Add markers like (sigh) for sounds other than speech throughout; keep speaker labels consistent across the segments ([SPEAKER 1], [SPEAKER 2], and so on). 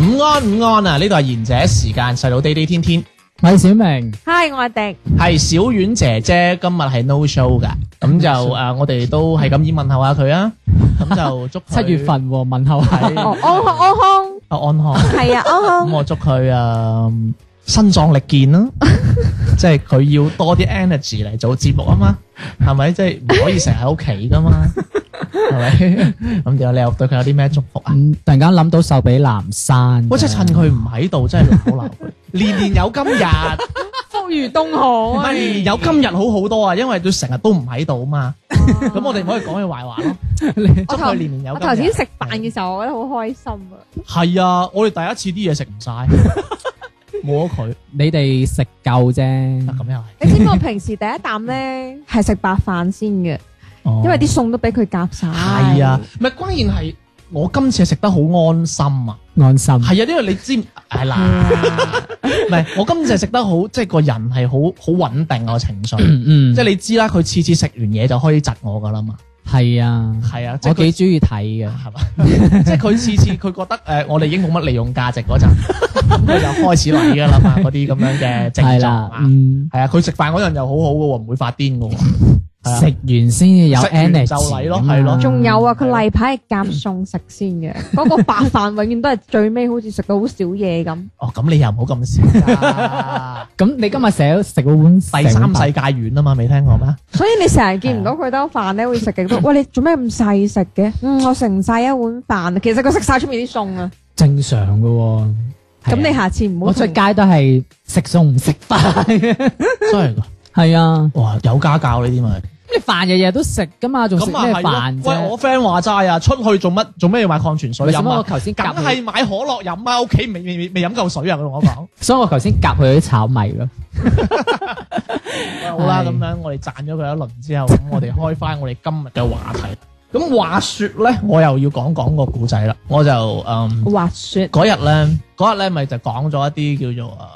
[SPEAKER 1] 午安午安啊！呢度係賢者時間，細佬地地天天
[SPEAKER 2] 我係小明，
[SPEAKER 3] 嗨，我係迪，
[SPEAKER 1] 係小婉姐姐，今日係 no show 噶，咁就誒、呃我哋都係咁意問候下佢啊，咁就祝佢
[SPEAKER 2] 七月份喎問候係
[SPEAKER 1] 係
[SPEAKER 3] 哦，安康安康，
[SPEAKER 1] 啊安康。
[SPEAKER 3] 係啊，安
[SPEAKER 1] 咁
[SPEAKER 3] 康，
[SPEAKER 1] 我祝佢啊身壯力健啦，即係佢要多啲 energy 嚟做節目啊嘛，係咪？即係唔可以成日喺屋企噶嘛，係咪？咁點啊？你又對佢有啲咩祝福
[SPEAKER 2] (laughs)
[SPEAKER 1] 啊？
[SPEAKER 2] 嗯，突然間諗到壽比南山，
[SPEAKER 1] 我真係趁佢唔喺度，真係鬧鬧佢，年年有今日，
[SPEAKER 3] 福如東
[SPEAKER 1] 唔係
[SPEAKER 3] 海
[SPEAKER 1] 年年有今日好好多啊，因為佢成日都唔喺度啊嘛，咁我哋唔可以講佢壞話
[SPEAKER 3] (laughs)
[SPEAKER 1] 咯。祝佢年年有
[SPEAKER 3] 哦我
[SPEAKER 1] 今日。
[SPEAKER 3] 頭先食飯嘅時候，我覺得好開心啊！
[SPEAKER 1] 係啊，我哋第一次啲嘢食唔晒，
[SPEAKER 3] 啊
[SPEAKER 1] 冇咗佢，
[SPEAKER 2] 你哋食夠啫，
[SPEAKER 1] 啊咁又係，
[SPEAKER 3] (laughs) 你知唔知我平時第一啖咧係食白飯先嘅，
[SPEAKER 1] 因
[SPEAKER 3] 因為啲餸都俾佢夾晒。
[SPEAKER 1] 哦係啊，，唔係關鍵係我今次係食得好安心啊！
[SPEAKER 2] 安心。
[SPEAKER 1] 係啊，因為你知係啦，
[SPEAKER 3] 啊
[SPEAKER 1] 唔係我今次係食得好， (laughs) 即係個人係好好穩定啊個情緒，
[SPEAKER 2] 嗯嗯，
[SPEAKER 1] 即係你知啦，佢次次食完嘢就可以窒我噶啦嘛，
[SPEAKER 2] 係啊，
[SPEAKER 1] 係啊，即
[SPEAKER 2] 我
[SPEAKER 1] 係佢
[SPEAKER 2] 幾中意
[SPEAKER 1] (laughs)
[SPEAKER 2] 睇嘅。
[SPEAKER 1] 係嘛，即係佢次次佢覺得誒我哋已經冇乜利用價值嗰陣， (laughs) 佢就開始嚟噶啦 (laughs) 嘛，嗰啲咁樣嘅症
[SPEAKER 2] 係
[SPEAKER 1] 狀
[SPEAKER 2] 啦，
[SPEAKER 1] 啊，
[SPEAKER 2] 嗯，
[SPEAKER 1] 係啊，佢食飯嗰陣又好好嘅喎，唔會發癲嘅喎，係啊
[SPEAKER 2] 食完先至有
[SPEAKER 1] 食完就
[SPEAKER 2] energy
[SPEAKER 1] 嚟咯
[SPEAKER 2] 㗎嘛
[SPEAKER 1] 係咯
[SPEAKER 3] 仲有啊，佢例牌係夾餸食先嘅，嗰個白飯永遠都係最尾，好似食到好少嘢咁。
[SPEAKER 1] (laughs) 哦咁你又唔好咁少啦。
[SPEAKER 2] (laughs) 咁你今日成日食嗰碗
[SPEAKER 1] (laughs) 第三世界丸啊嘛，未聽過咩？
[SPEAKER 3] 所以你成日見唔到佢兜飯咧，會食極都。喂，你做咩咁細食嘅？啊嗯，我食唔晒一碗飯啊。其實佢食晒出面啲餸啊。
[SPEAKER 2] 正常嘅喎。à. 係啊
[SPEAKER 3] 咁你下次唔好
[SPEAKER 2] 我出
[SPEAKER 3] 同
[SPEAKER 2] 街都係食餸唔食飯，
[SPEAKER 1] 真係噶，
[SPEAKER 2] 係啊，
[SPEAKER 1] 哇有家教呢啲咪？
[SPEAKER 2] 咁你飯日日都食噶嘛，仲食咩
[SPEAKER 1] 係咯
[SPEAKER 2] 飯
[SPEAKER 1] 喂，
[SPEAKER 2] 啫？
[SPEAKER 1] 我 friend 話齋啊，出去做乜？做咩要買礦泉水
[SPEAKER 2] 為什
[SPEAKER 1] 飲
[SPEAKER 2] 麼我
[SPEAKER 1] 啊？
[SPEAKER 2] 頭先
[SPEAKER 1] 梗
[SPEAKER 2] 夾佢？
[SPEAKER 1] 係買可樂飲啊！屋企未未未未飲夠水啊！佢同我講，
[SPEAKER 2] 所以我頭先夾佢啲炒米咯。
[SPEAKER 1] 喂好啦，
[SPEAKER 2] 係
[SPEAKER 1] 咁樣我哋讚咗佢一輪之後，咁我哋開翻我哋今日嘅話題。咁話說咧，我又要講講個古仔啦。我就嗯
[SPEAKER 3] 滑 (laughs) 雪。
[SPEAKER 1] 嗰日咧，嗰日咧咪就講咗一啲叫做誒、呃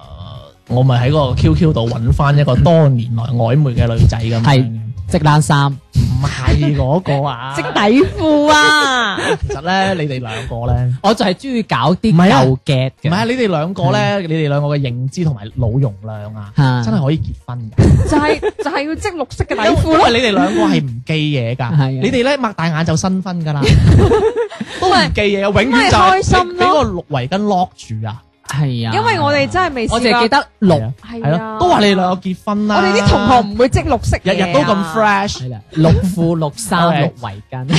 [SPEAKER 1] 我咪喺個 QQ 度揾翻一個多年來曖昧嘅女仔咁樣
[SPEAKER 2] 係
[SPEAKER 1] 嘅。
[SPEAKER 2] 即冷衫，
[SPEAKER 1] 唔係嗰個啊，
[SPEAKER 3] (laughs) 即底褲啊！
[SPEAKER 1] 其實咧，你哋兩
[SPEAKER 2] (laughs)
[SPEAKER 1] 個咧，
[SPEAKER 2] 我就係中意搞啲
[SPEAKER 1] 唔係啊
[SPEAKER 2] 舊 get
[SPEAKER 1] 唔
[SPEAKER 2] 嘅。
[SPEAKER 1] 係啊，你哋兩個咧，你哋兩個嘅認知同埋腦容量啊，
[SPEAKER 2] 啊
[SPEAKER 1] 真係可以結婚嘅。
[SPEAKER 3] (laughs) 就係就係要織綠色 (laughs) 嘅底褲
[SPEAKER 1] 因
[SPEAKER 3] 咯。
[SPEAKER 1] 為你哋兩個係唔記嘢㗎
[SPEAKER 2] 係，啊
[SPEAKER 1] 你哋咧擘大眼就新婚
[SPEAKER 3] (laughs)
[SPEAKER 1] 㗎啦，都唔記嘢，永
[SPEAKER 3] 因為
[SPEAKER 1] 遠就
[SPEAKER 3] 開
[SPEAKER 1] 係
[SPEAKER 3] 心咯
[SPEAKER 1] 俾俾個綠圍巾 lock 住啊，
[SPEAKER 2] 係啊，
[SPEAKER 3] 因為我哋真係未試
[SPEAKER 2] 我淨係記
[SPEAKER 3] 過。
[SPEAKER 2] 得綠
[SPEAKER 1] 係啊係
[SPEAKER 3] 係
[SPEAKER 1] 咯，都話你哋兩個結婚
[SPEAKER 3] 我
[SPEAKER 1] 啦。
[SPEAKER 3] 哋啲同學唔會織綠色嘢
[SPEAKER 1] 日
[SPEAKER 3] 啊
[SPEAKER 1] 日都咁 fresh，
[SPEAKER 2] 係啦，綠褲、綠衫、
[SPEAKER 1] Okay
[SPEAKER 2] 綠圍巾，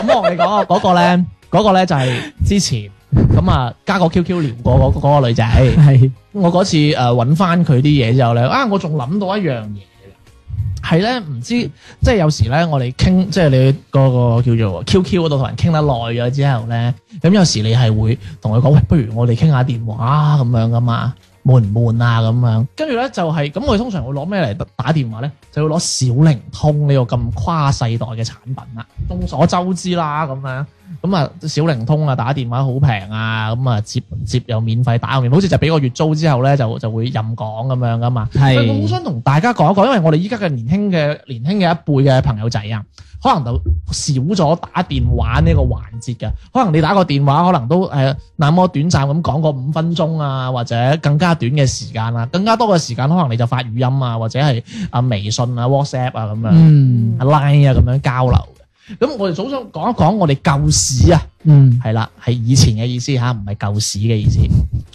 [SPEAKER 1] 咁我同你講啊，嗰個咧，嗰個咧就係之前咁啊加個 QQ 聊過嗰嗰個女仔。
[SPEAKER 2] 係
[SPEAKER 1] 我嗰次誒揾翻佢啲嘢之後咧，啊，我仲諗到一樣嘢嘅，係咧唔知即係有時咧，我哋傾即係你嗰個叫做 QQ 嗰度同人傾得耐咗之後咧，咁有時你係會同佢講，喂，不如我哋傾下電話啊咁樣噶嘛，悶唔悶啊咁樣？跟住咧就係、咁，我哋通常會攞咩嚟打電話咧？就會攞小靈通呢個咁跨世代嘅產品啦。眾所周知啦，咁樣。咁啊，小靈通啊，打電話好平啊，咁啊接接又免費打，好似就俾個月租之後咧，就就會任講咁樣噶嘛。所以我好
[SPEAKER 2] 係
[SPEAKER 1] 想同大家講一講，因為我哋依家嘅年輕嘅年輕嘅一輩嘅朋友仔啊，可能就少咗打電話呢個環節嘅。可能你打個電話，可能都誒、呃、那麼短暫咁講個五分鐘啊，或者更加短嘅時間啊，更加多嘅時間可能你就發語音啊，或者係啊微信啊、WhatsApp 啊
[SPEAKER 2] Ừ,
[SPEAKER 1] 咁樣、
[SPEAKER 2] 嗯
[SPEAKER 1] Line 啊咁樣交流嘅。咁我哋早想講一講我哋舊史啊。
[SPEAKER 2] 嗯
[SPEAKER 1] 係啦，係以前嘅意思吓，唔係舊史嘅意思。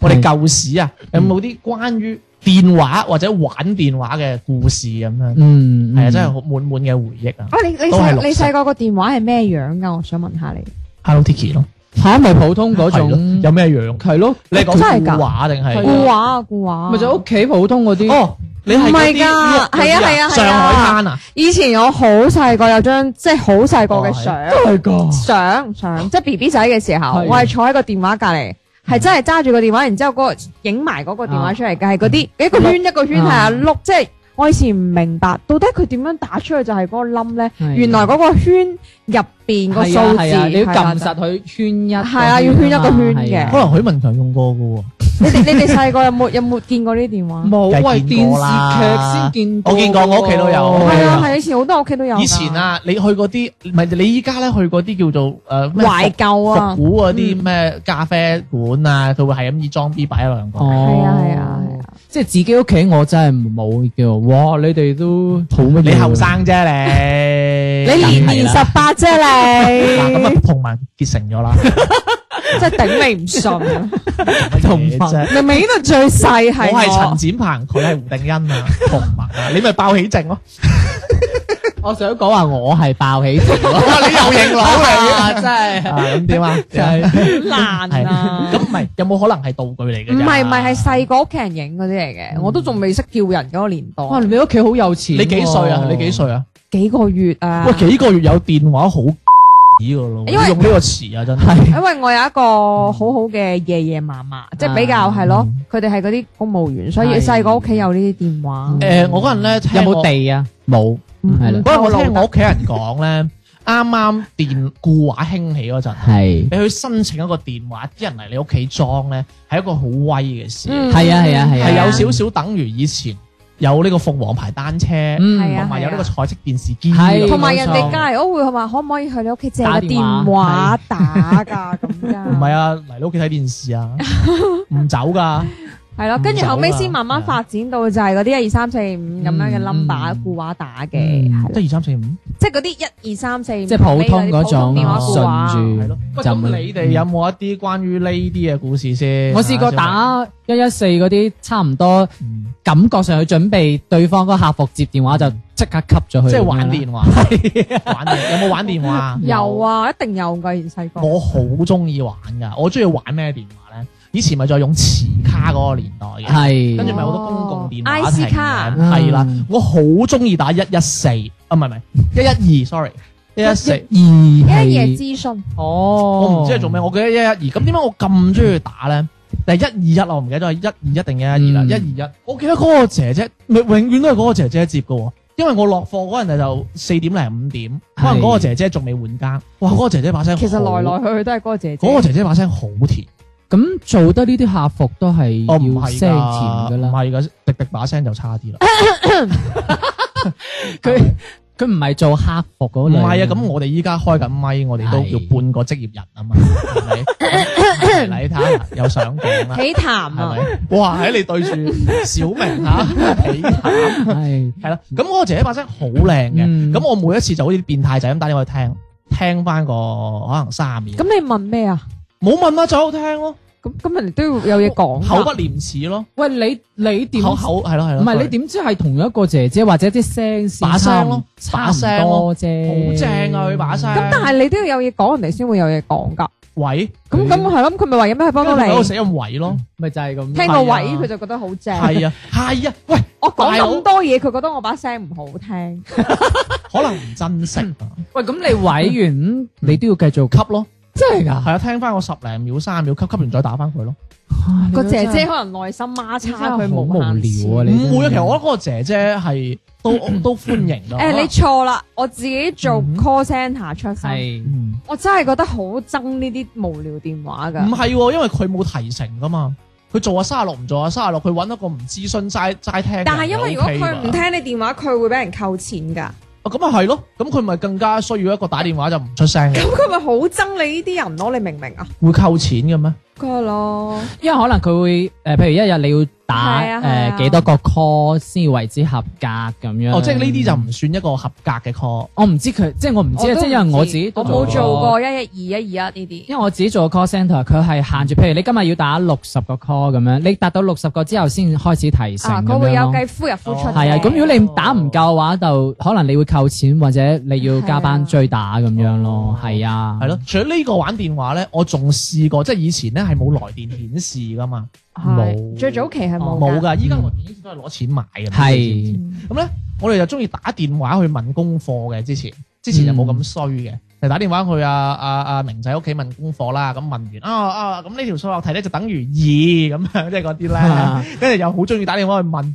[SPEAKER 1] 我哋舊史啊，有冇啲關於電話或者玩電話嘅故事咁樣？
[SPEAKER 2] 嗯，
[SPEAKER 1] 係啊，真係好滿滿嘅回憶啊
[SPEAKER 3] 啊！你你
[SPEAKER 1] 都係綠
[SPEAKER 3] 細
[SPEAKER 1] 色
[SPEAKER 3] 你細個個電話係咩樣㗎？我想問下你。
[SPEAKER 1] ！Hello Tiki 咯，
[SPEAKER 2] 嚇咪普通嗰
[SPEAKER 1] 係咯
[SPEAKER 2] 種，
[SPEAKER 1] 有咩樣？
[SPEAKER 2] 係咯，
[SPEAKER 1] 你係
[SPEAKER 3] 真係
[SPEAKER 1] 講
[SPEAKER 3] 㗎
[SPEAKER 1] 固話定
[SPEAKER 2] 係
[SPEAKER 1] 係
[SPEAKER 2] 啊
[SPEAKER 3] 固話啊，固話。
[SPEAKER 2] 咪就屋企普通嗰啲。
[SPEAKER 1] 哦？你係嗰啲
[SPEAKER 3] 唔係㗎
[SPEAKER 1] 啲屋嗰啲
[SPEAKER 3] 係啊係啊係啊
[SPEAKER 1] 上海灘啊，
[SPEAKER 3] 以前我好細個有張即係好細個嘅相，
[SPEAKER 1] 都哦係㗎，
[SPEAKER 3] 相相即係 B B 仔嘅時候，
[SPEAKER 2] 哦係嗯
[SPEAKER 3] 我係坐喺個電話隔離，係真係揸住個電話，然之後嗰個影埋嗰個電話出嚟嘅，係嗰啲一個圈一個圈係
[SPEAKER 2] 啊
[SPEAKER 3] 啊碌，即係我以前唔明白到底佢點樣打出去就係嗰個冧咧，
[SPEAKER 2] 係啊
[SPEAKER 3] 原來嗰個圈入邊個
[SPEAKER 2] 係啊
[SPEAKER 3] 數
[SPEAKER 2] 係啊
[SPEAKER 3] 字
[SPEAKER 2] 你要
[SPEAKER 3] 係啦
[SPEAKER 2] 撳實佢圈一個圈啊嘛，
[SPEAKER 3] 係啊要圈一個圈嘅
[SPEAKER 2] 係啊
[SPEAKER 1] 可能許文強用過㗎喎。
[SPEAKER 3] 你哋你哋細個有冇有冇見過呢啲電話？
[SPEAKER 2] 冇
[SPEAKER 1] 梗係
[SPEAKER 2] 喂
[SPEAKER 1] 見過啦
[SPEAKER 2] 電視劇先見過
[SPEAKER 1] 我見過我屋企都有
[SPEAKER 2] 喎
[SPEAKER 3] 係啊
[SPEAKER 1] 係啊
[SPEAKER 3] 係啊，以前好多屋企都有㗎。
[SPEAKER 1] 以前啊，你去嗰啲唔係你依家咧去嗰啲叫做誒咩
[SPEAKER 3] 懷舊
[SPEAKER 1] 復
[SPEAKER 3] 啊
[SPEAKER 1] 復，古嗰啲咩咖啡館啊，佢會係咁以裝 B 擺一兩個。
[SPEAKER 2] 哦
[SPEAKER 3] 係啊係啊係啊，
[SPEAKER 2] 即係自己屋企我真係冇叫，哇！你哋都好乜嘢？
[SPEAKER 1] 你後生啫你，
[SPEAKER 3] 你年
[SPEAKER 2] 係
[SPEAKER 3] 年
[SPEAKER 2] 啦
[SPEAKER 3] 十八啫
[SPEAKER 1] 嗱咁
[SPEAKER 2] (laughs)
[SPEAKER 1] 啊
[SPEAKER 3] 你，
[SPEAKER 1] 同盟結成咗啦，
[SPEAKER 3] 真係頂你唔順
[SPEAKER 2] (laughs)
[SPEAKER 3] 啊。
[SPEAKER 2] 同盟
[SPEAKER 1] 乜嘢啫。
[SPEAKER 3] 明明呢度最細
[SPEAKER 1] 我
[SPEAKER 3] 係
[SPEAKER 1] 係陳展鵬，佢係胡定欣啊，同盟啊，你咪爆起靜咯。
[SPEAKER 2] 我想講話我係爆起條 (laughs) 咯，
[SPEAKER 1] 哇你又認老嚟
[SPEAKER 2] (laughs) 啊真係
[SPEAKER 1] (laughs) 啊咁點啊？
[SPEAKER 2] 真係
[SPEAKER 3] 好難啊！
[SPEAKER 1] 咁唔係有冇可能係道具嚟嘅？
[SPEAKER 3] 唔係唔係，係細個屋企人影嗰啲
[SPEAKER 2] 嗯
[SPEAKER 3] 嚟嘅，我都仲未識叫人嗰個年代。
[SPEAKER 2] 哇！你哋屋企好有錢喎，
[SPEAKER 1] 你幾歲啊？你幾歲啊？
[SPEAKER 3] 幾個月啊
[SPEAKER 1] 喂，？幾個月有電話好咦噶咯，
[SPEAKER 3] 因為
[SPEAKER 1] 用呢個詞啊，真係。
[SPEAKER 2] 係
[SPEAKER 3] 因為我有一個好好嘅爺爺嫲嫲，即係比較係咯，佢哋係嗰啲公務員，所以
[SPEAKER 2] 嗯係嗯
[SPEAKER 3] 細個屋企有呢啲電話。
[SPEAKER 1] 誒，我嗰陣咧
[SPEAKER 2] 有
[SPEAKER 1] 聽我
[SPEAKER 2] 冇地啊？
[SPEAKER 1] 冇？
[SPEAKER 2] 係啦
[SPEAKER 1] 嗰陣我聽我屋企人講咧，啱啱電固話興起嗰陣，
[SPEAKER 2] 係
[SPEAKER 1] 你去申請一個電話，啲人嚟你屋企裝咧，係一個好威嘅事，
[SPEAKER 3] 嗯
[SPEAKER 2] 係啊係啊係啊，
[SPEAKER 1] 係有少少等於以前有呢個鳳凰牌單車，
[SPEAKER 2] 嗯
[SPEAKER 3] 係
[SPEAKER 1] 同
[SPEAKER 3] 啊
[SPEAKER 1] 埋有呢個彩色電視機，
[SPEAKER 2] 係
[SPEAKER 3] 同埋人哋隔
[SPEAKER 1] 家
[SPEAKER 3] 離屋會話可唔可以去你屋企借個
[SPEAKER 2] 打電話
[SPEAKER 3] 電話打㗎咁㗎？
[SPEAKER 1] 唔係啊，嚟你屋企睇電視啊，唔走㗎，
[SPEAKER 3] 係咯，跟住後尾先慢慢發展到就係嗰啲一二三四五咁樣嘅
[SPEAKER 2] 嗯
[SPEAKER 3] number
[SPEAKER 2] 嗯
[SPEAKER 3] 固話打嘅，係
[SPEAKER 2] 嗯
[SPEAKER 3] 啦
[SPEAKER 1] 即係二三四五。
[SPEAKER 3] 即係嗰啲一二三四，
[SPEAKER 2] 即係普通嗰種
[SPEAKER 3] 電話固話
[SPEAKER 2] 順
[SPEAKER 1] 係咯，喂
[SPEAKER 2] 就唔
[SPEAKER 1] 咁你哋有冇一啲關於呢啲嘅故事先？
[SPEAKER 2] 我試過打一一四嗰啲，差唔多
[SPEAKER 1] 嗯，
[SPEAKER 2] 感覺上去準備對方嗰個客服接電話就即刻吸咗佢，
[SPEAKER 1] 即係玩電話，玩電有冇玩電話？
[SPEAKER 3] 有啊，一定有噶，以前細個。
[SPEAKER 1] 我好中意玩㗎，我中意玩咩電話咧？以前咪就用磁卡嗰個年代
[SPEAKER 2] 咁樣
[SPEAKER 1] 嘅，
[SPEAKER 2] 啦，係
[SPEAKER 1] 跟住咪好多公共電話亭
[SPEAKER 3] IC 哦卡
[SPEAKER 1] 嘅，係啦
[SPEAKER 2] 嗯，
[SPEAKER 1] 我好中意打一一四，啊唔係唔係一一二，sorry，一一四。
[SPEAKER 2] 二
[SPEAKER 3] 一夜
[SPEAKER 2] 係
[SPEAKER 3] 資訊，
[SPEAKER 2] 哦，
[SPEAKER 1] 我唔知係做咩，我記得一一二。咁點解我咁中意打咧？定係一二一我唔記得咗係一二一定一一二啦，
[SPEAKER 2] 嗯
[SPEAKER 1] 一二一。我記得嗰個姐姐，咪永遠都係嗰個姐姐接嘅喎。因為我落課嗰陣就四點零五點，可能嗰個姐姐仲未換更。哇！嗰個姐姐把聲好
[SPEAKER 3] 其實來來去去都係嗰個姐姐。
[SPEAKER 1] 嗰個姐姐把聲好甜。
[SPEAKER 2] 咁做得呢啲客服都係
[SPEAKER 1] 哦，唔
[SPEAKER 2] 要
[SPEAKER 1] 係
[SPEAKER 2] 聲
[SPEAKER 1] 㗎，
[SPEAKER 2] 甜噶
[SPEAKER 1] 唔
[SPEAKER 2] 啦，
[SPEAKER 1] 係㗎，迪迪把聲就差
[SPEAKER 2] (laughs)
[SPEAKER 1] 啲啦。
[SPEAKER 2] 佢佢唔係做客服
[SPEAKER 1] 唔
[SPEAKER 2] 嗰類，
[SPEAKER 1] 係啊，咁我哋依家開緊咪，我哋都
[SPEAKER 2] 係
[SPEAKER 1] 叫半個職業人啊嘛，係咪？ (laughs) 你睇下有上
[SPEAKER 2] (laughs)
[SPEAKER 1] 鏡啦。
[SPEAKER 3] 起談啊，
[SPEAKER 1] 係咪？哇！喺你對住小明嚇，起痰
[SPEAKER 2] 係
[SPEAKER 1] 係啦。咁我姐姐把聲好靚嘅，
[SPEAKER 2] 嗯
[SPEAKER 1] 咁我每一次就好似變態仔咁打電話去聽，聽翻個可能三秒。
[SPEAKER 3] 咁你問咩啊？
[SPEAKER 1] 冇問啦，最好聽咯，
[SPEAKER 3] 咁咁人哋都要有嘢講㗎。
[SPEAKER 1] 口不廉恥咯，
[SPEAKER 2] 喂你你點
[SPEAKER 1] 口口係咯係咯。
[SPEAKER 2] 唔係你
[SPEAKER 1] sorry
[SPEAKER 2] 點知係同一個姐姐或者啲聲線
[SPEAKER 1] 把聲咯
[SPEAKER 2] 差唔
[SPEAKER 1] 把
[SPEAKER 2] 差
[SPEAKER 1] 聲
[SPEAKER 2] 唔
[SPEAKER 1] 咯
[SPEAKER 2] 多啫，
[SPEAKER 1] 好正啊佢把聲
[SPEAKER 3] 咁但係你都要有嘢講，人哋先會有嘢講㗎。
[SPEAKER 1] 喂，
[SPEAKER 3] 咁咁係咯，佢咪話有咩可以幫到
[SPEAKER 1] 跟住喺度
[SPEAKER 3] 你？
[SPEAKER 1] 寫咁喂咯，
[SPEAKER 2] 咪就係咁
[SPEAKER 3] 聽個位
[SPEAKER 1] 係啊
[SPEAKER 3] 佢就覺得好
[SPEAKER 2] 嗯
[SPEAKER 3] 正。
[SPEAKER 1] 係啊係啊，喂，
[SPEAKER 3] 我講
[SPEAKER 1] 大佬
[SPEAKER 3] 咁多嘢，佢覺得我把聲唔好聽。
[SPEAKER 1] 可能唔珍惜啊，
[SPEAKER 2] 喂，咁你委
[SPEAKER 3] (laughs)
[SPEAKER 2] 完，你都要繼續
[SPEAKER 1] 吸咯，
[SPEAKER 2] 真係
[SPEAKER 1] 係啊，聽翻我十零秒、三十秒，吸吸完再打翻佢咯。
[SPEAKER 2] 㗎
[SPEAKER 3] 個姐姐可能內心孖叉，佢
[SPEAKER 2] 好
[SPEAKER 3] 無
[SPEAKER 2] 無聊啊！
[SPEAKER 3] 限
[SPEAKER 2] 你
[SPEAKER 3] 次。
[SPEAKER 2] 真係
[SPEAKER 1] 唔會啊，其實我覺得嗰個姐姐係都嗯都歡迎咯。
[SPEAKER 3] 誒，你錯啦！我自己做
[SPEAKER 1] 嗯
[SPEAKER 3] call center 出身，
[SPEAKER 2] 係
[SPEAKER 1] 嗯
[SPEAKER 3] 我真係覺得好憎呢啲無聊電話
[SPEAKER 1] 唔
[SPEAKER 3] 㗎。
[SPEAKER 1] 係喎，因為佢冇提成噶嘛。佢做下卅六唔做下卅六，佢揾一個唔諮詢齋齋聽嘅人。
[SPEAKER 3] 但係因為如果
[SPEAKER 1] 就 OK
[SPEAKER 3] 佢
[SPEAKER 1] 㗎
[SPEAKER 3] 唔，聽你電話，佢會俾人扣錢㗎。
[SPEAKER 1] 哦咁啊係咯，咁佢咪更加需要一個打電話就唔出聲嘅，
[SPEAKER 3] 咁佢咪好憎你呢啲人咯？你明唔明啊？
[SPEAKER 1] 會扣錢嘅咩？
[SPEAKER 3] 梗係咯，
[SPEAKER 2] 因為可能佢會呃誒，譬如一日你要打
[SPEAKER 3] 係啊係啊
[SPEAKER 2] 誒幾多個 call 先為之合格咁樣。
[SPEAKER 1] 哦，即係呢啲就唔算一個合格嘅 call。
[SPEAKER 2] 我唔知佢，即係我唔知啊，
[SPEAKER 3] 都
[SPEAKER 2] 即係因為我自己都
[SPEAKER 3] 我冇做
[SPEAKER 2] 過
[SPEAKER 3] 過一一二一二一呢啲。
[SPEAKER 2] 因為我自己做 call centre，佢係限住，譬如你今日要打六十個 call 咁樣，你達到六十個之後先開始提成
[SPEAKER 3] 啊，
[SPEAKER 2] 咁
[SPEAKER 3] 佢會有
[SPEAKER 2] 樣咯。
[SPEAKER 3] 計呼入呼出嘅。
[SPEAKER 2] 係啊，咁如果你打唔夠嘅話，就可能你會扣錢或者你要加
[SPEAKER 3] 係啊
[SPEAKER 2] 班追打咁樣咯。係啊，
[SPEAKER 1] 係咯，除咗呢個玩電話咧，我仲試過，即係以前咧係冇來電顯示噶嘛，
[SPEAKER 3] 係
[SPEAKER 1] 冇
[SPEAKER 3] 最早期係係
[SPEAKER 2] 哦
[SPEAKER 3] 冇
[SPEAKER 1] 冇
[SPEAKER 3] 㗎。嗯
[SPEAKER 1] 㗎，依家我哋都係攞錢買嘅。你知唔知
[SPEAKER 2] 係
[SPEAKER 1] 咁咧，我哋就中意打電話去問功課嘅。之前之前就冇咁衰嘅，就打電話去阿阿阿明仔屋企問功課啦。咁問完啊啊，咁呢條數學題咧就等於二咁樣，即係 (laughs) 嗰啲啦。跟住又好中意打電話去問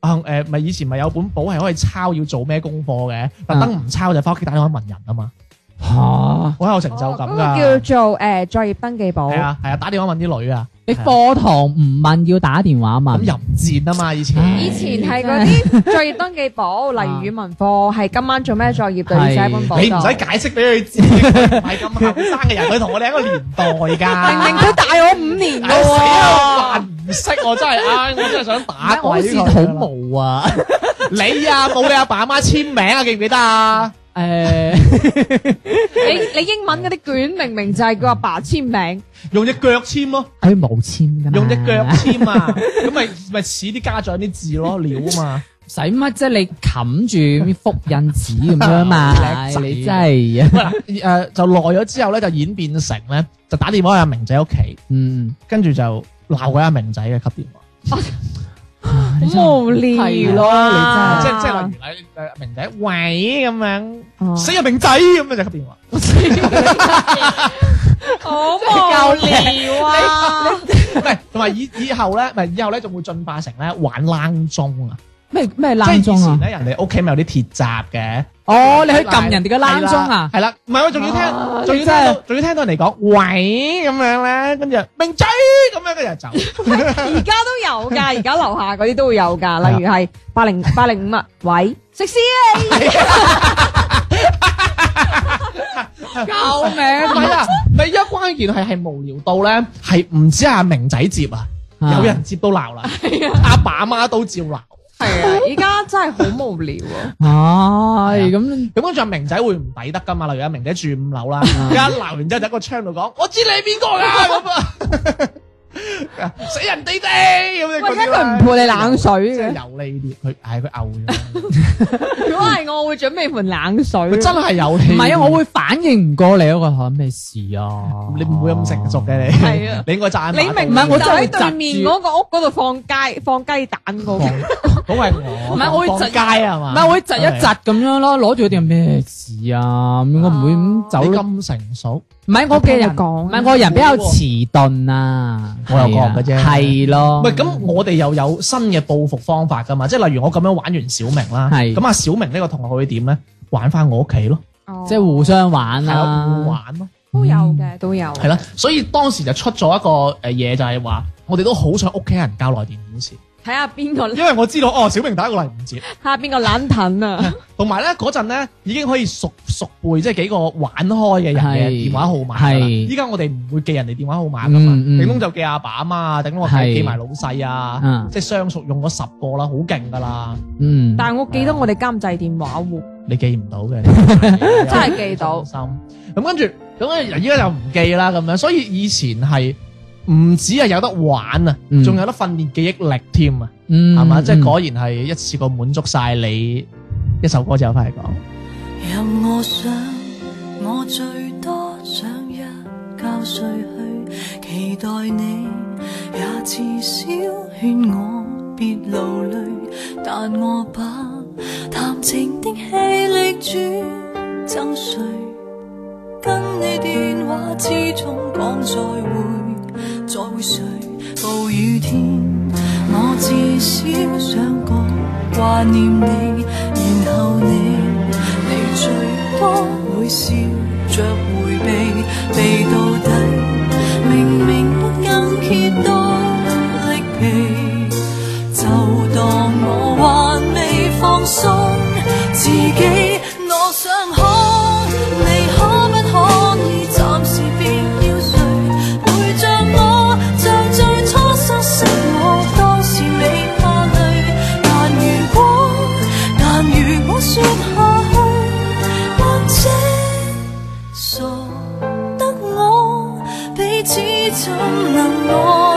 [SPEAKER 1] 啊誒，咪、以前咪有本簿係可以抄要做咩功課嘅，特登唔抄就翻屋企打電話問人啊嘛，
[SPEAKER 2] 吓，
[SPEAKER 1] 好有成就感
[SPEAKER 3] 哦嗰
[SPEAKER 1] 㗎。
[SPEAKER 3] 個叫做誒作業登記簿，
[SPEAKER 1] 係啊係啊，打電話問啲女啊，
[SPEAKER 2] 你課堂唔問要打電話
[SPEAKER 1] 咁
[SPEAKER 2] 問，
[SPEAKER 1] 淫賤啊嘛，以前
[SPEAKER 2] 唉
[SPEAKER 3] 以前係
[SPEAKER 2] (laughs)
[SPEAKER 3] 嗰啲作業登記簿，
[SPEAKER 2] 啊
[SPEAKER 3] 例如語文課係今晚做咩作業就要寫喺本簿度。
[SPEAKER 1] 你唔使解釋俾佢知，佢唔係咁後生嘅人，佢同我哋一個年代㗎。
[SPEAKER 3] 明明佢大我五年㗎
[SPEAKER 1] 唉死啦！
[SPEAKER 3] 喎。
[SPEAKER 1] 扮唔識我真係， (laughs) 唉，我真係想打
[SPEAKER 2] 我
[SPEAKER 1] 鬼
[SPEAKER 2] 先
[SPEAKER 1] 佢
[SPEAKER 2] 好
[SPEAKER 1] (laughs)
[SPEAKER 2] 無啊，
[SPEAKER 1] 你啊，冇你阿爸阿媽簽名啊，記唔記得 (laughs) 啊？
[SPEAKER 2] 诶，
[SPEAKER 3] 你你英文嗰啲卷明明就係佢阿爸簽名，
[SPEAKER 1] 用隻腳簽咯，
[SPEAKER 2] 佢冇簽噶嘛，
[SPEAKER 1] 用隻腳簽 (laughs) 啊，咁咪咪似啲家長啲字 (laughs) 咯，料啊嘛。
[SPEAKER 2] 使乜啫？你冚住啲複印紙咁樣嘛，
[SPEAKER 1] (laughs) 叻仔
[SPEAKER 2] 你真係啊，
[SPEAKER 1] 喂嗱，誒就耐咗之後咧，就演變成咧，就打電話去阿明仔屋企，
[SPEAKER 2] 嗯，
[SPEAKER 1] 跟住就鬧鬼阿明仔嘅級電話。
[SPEAKER 3] 好無聊
[SPEAKER 2] 係
[SPEAKER 3] 咯，
[SPEAKER 1] 即
[SPEAKER 3] 你真
[SPEAKER 1] 係即係
[SPEAKER 3] 係
[SPEAKER 1] 例如例如阿明仔喂咁樣，
[SPEAKER 3] 哦
[SPEAKER 1] 死啊阿明仔咁樣就級電話。
[SPEAKER 3] 好無聊啊！
[SPEAKER 1] 唔係，同埋以以後咧，唔係以後咧，仲會進化成咧玩冷鐘啊！
[SPEAKER 2] 咩咩
[SPEAKER 1] 即係
[SPEAKER 2] 冷鐘
[SPEAKER 1] 以前
[SPEAKER 2] 啊？
[SPEAKER 1] 咧，人哋屋企咪有啲鐵閘嘅。
[SPEAKER 2] 哦，你去撳人哋嘅冷鐘啊？
[SPEAKER 1] 係啦，唔係我仲要聽，仲要聽
[SPEAKER 2] 真
[SPEAKER 1] 到，仲要聽到人哋講喂咁樣咧，跟住明仔咁樣跟住就走，
[SPEAKER 3] 而家都有噶，而家樓下嗰啲都會有噶，例如係八零八零五啊，喂，食屎啊！救
[SPEAKER 1] 唔
[SPEAKER 3] 命！
[SPEAKER 1] 係啊！咪一關鍵係係無聊到咧，係唔止阿明仔接啊，
[SPEAKER 2] 啊
[SPEAKER 1] 有人接都鬧啦，阿爸媽都照鬧。
[SPEAKER 3] 係啊，而家真係好無聊啊！
[SPEAKER 2] 唉，咁
[SPEAKER 1] 咁跟住阿明仔會唔抵得噶嘛？例如阿明仔住五樓啦，
[SPEAKER 2] 啊
[SPEAKER 1] 一鬧完之後就喺個窗度講：我知你邊個㗎咁啊！死人地地咁樣嗰
[SPEAKER 3] 喂，
[SPEAKER 1] 啲
[SPEAKER 3] 聽
[SPEAKER 1] 啦。
[SPEAKER 3] 佢唔潑你冷水
[SPEAKER 1] 即
[SPEAKER 3] 嘅，
[SPEAKER 1] 係有呢啲，佢係佢嘔
[SPEAKER 2] 啊
[SPEAKER 1] 咗，
[SPEAKER 3] 如果係我，我會準備盆冷水。
[SPEAKER 1] 佢真係有呢啲。
[SPEAKER 2] 唔係啊，我會反應唔過你嗰個嚇咩事啊？
[SPEAKER 1] 你唔會咁成熟嘅你。
[SPEAKER 3] 係啊！
[SPEAKER 1] 你應該讚
[SPEAKER 3] 你明
[SPEAKER 2] 唔係
[SPEAKER 3] 明
[SPEAKER 2] 我
[SPEAKER 3] 就
[SPEAKER 2] 真係會
[SPEAKER 3] 喺對面
[SPEAKER 2] 窒住
[SPEAKER 3] 嗰個屋嗰度放雞放雞蛋嗰個，
[SPEAKER 1] 嗰個係我。
[SPEAKER 2] 唔係我會
[SPEAKER 1] 放
[SPEAKER 2] 窒
[SPEAKER 1] 街啊
[SPEAKER 2] 唔
[SPEAKER 1] 嘛。
[SPEAKER 2] 係我會窒一窒咁樣咯，攞住嗰啲係咩事啊？咁我唔會咁走
[SPEAKER 1] 你
[SPEAKER 2] 咯。
[SPEAKER 1] 咁成熟，
[SPEAKER 2] 唔係我嘅人
[SPEAKER 3] 聽佢講
[SPEAKER 2] 唔係我人比較遲鈍啊。
[SPEAKER 1] 我又覺嘅啫
[SPEAKER 2] 係咯。
[SPEAKER 1] 唔係咁，我哋又有新嘅報復方法㗎嘛？即係例如我咁樣玩完小明啦，
[SPEAKER 2] 係
[SPEAKER 1] 咁啊小明呢個同學會點咧？玩翻我屋企咯，
[SPEAKER 2] 即係互相玩
[SPEAKER 1] 係咯，互
[SPEAKER 2] 啦。
[SPEAKER 1] 玩咯，
[SPEAKER 3] 都有嘅，都有。
[SPEAKER 1] 係啦。所以當時就出咗一個誒嘢，就係話我哋都好想屋企人交內電顯示，
[SPEAKER 3] 睇下邊個，睇
[SPEAKER 1] (laughs) 因為我知道哦，小明打過嚟唔接。
[SPEAKER 3] 下邊個冷騰啊！
[SPEAKER 1] 同埋咧嗰陣咧已經可以熟熟背，即係幾個玩開嘅人嘅
[SPEAKER 2] 係
[SPEAKER 1] 電話號碼㗎啦。
[SPEAKER 2] 係
[SPEAKER 1] 依家我哋唔會記人哋電話號碼噶嘛，
[SPEAKER 2] 嗯嗯
[SPEAKER 1] 頂籠就記阿爸阿媽啊，頂籠我記
[SPEAKER 2] 係
[SPEAKER 1] 記埋老細啊
[SPEAKER 2] 嗯，
[SPEAKER 1] 即係相熟用咗十個啦，好勁噶啦，
[SPEAKER 2] 嗯，
[SPEAKER 3] (laughs) 但係我記得我哋監製電話喎，
[SPEAKER 1] 你記唔到
[SPEAKER 2] (laughs)
[SPEAKER 1] 嘅，
[SPEAKER 3] 真係記到
[SPEAKER 1] 心。咁跟住咁啊，依家就唔記啦咁樣，所以以前係唔止係有得玩啊，
[SPEAKER 2] 嗯
[SPEAKER 1] 仲有得訓練記憶力添啊，
[SPEAKER 2] 嗯
[SPEAKER 1] 係嘛？即係
[SPEAKER 2] 嗯
[SPEAKER 1] 果然係一次過滿足晒你一首歌之後翻嚟講。
[SPEAKER 4] 任我想，我最多想一覺睡去，期待你也至少勸我別勞累，但我把談情的氣力轉贈誰？跟你電話之中講再會，再會誰？暴雨天，我至少想講掛念你，然後你，你最多會笑着迴避，避到底，明明不甘揭多力疲。就當我還未放鬆自己，我想可你可不可以暫時別要睡，陪着我，像最初相識我當時未怕累。但如果但如果説下去，或者傻得我彼此就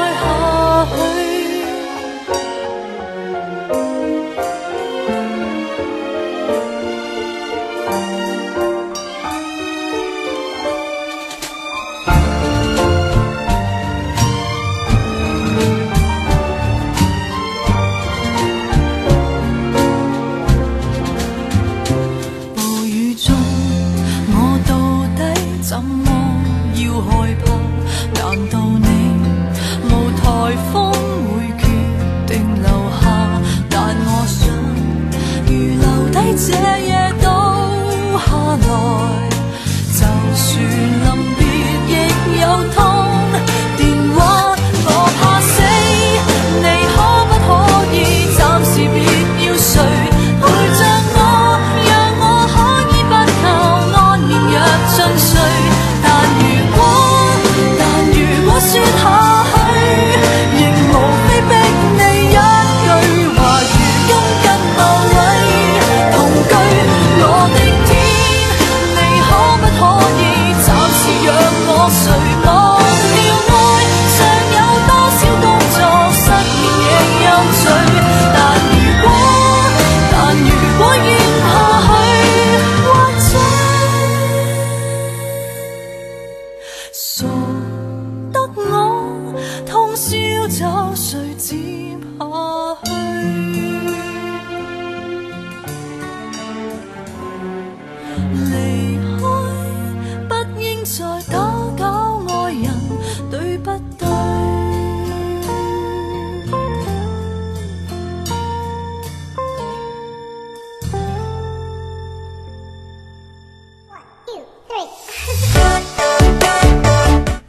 [SPEAKER 4] 這夜倒下來，就算臨別亦有痛。電話我怕死，你可不可以暫時別要睡，陪着我，讓我可以不求安眠藥進睡。但如果，但如果說下去，亦無非逼你一句話，如今跟某位同居，我的天。你可不可以暫時讓我睡？忘掉愛尚有多少工作，失眠亦有罪。但如果，但如果咽下去，或者傻得我通宵找誰接下去？離開，不應再打攪愛人，對不對？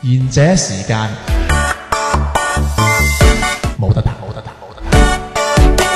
[SPEAKER 1] 贤者時間冇得彈，冇得彈，冇得彈。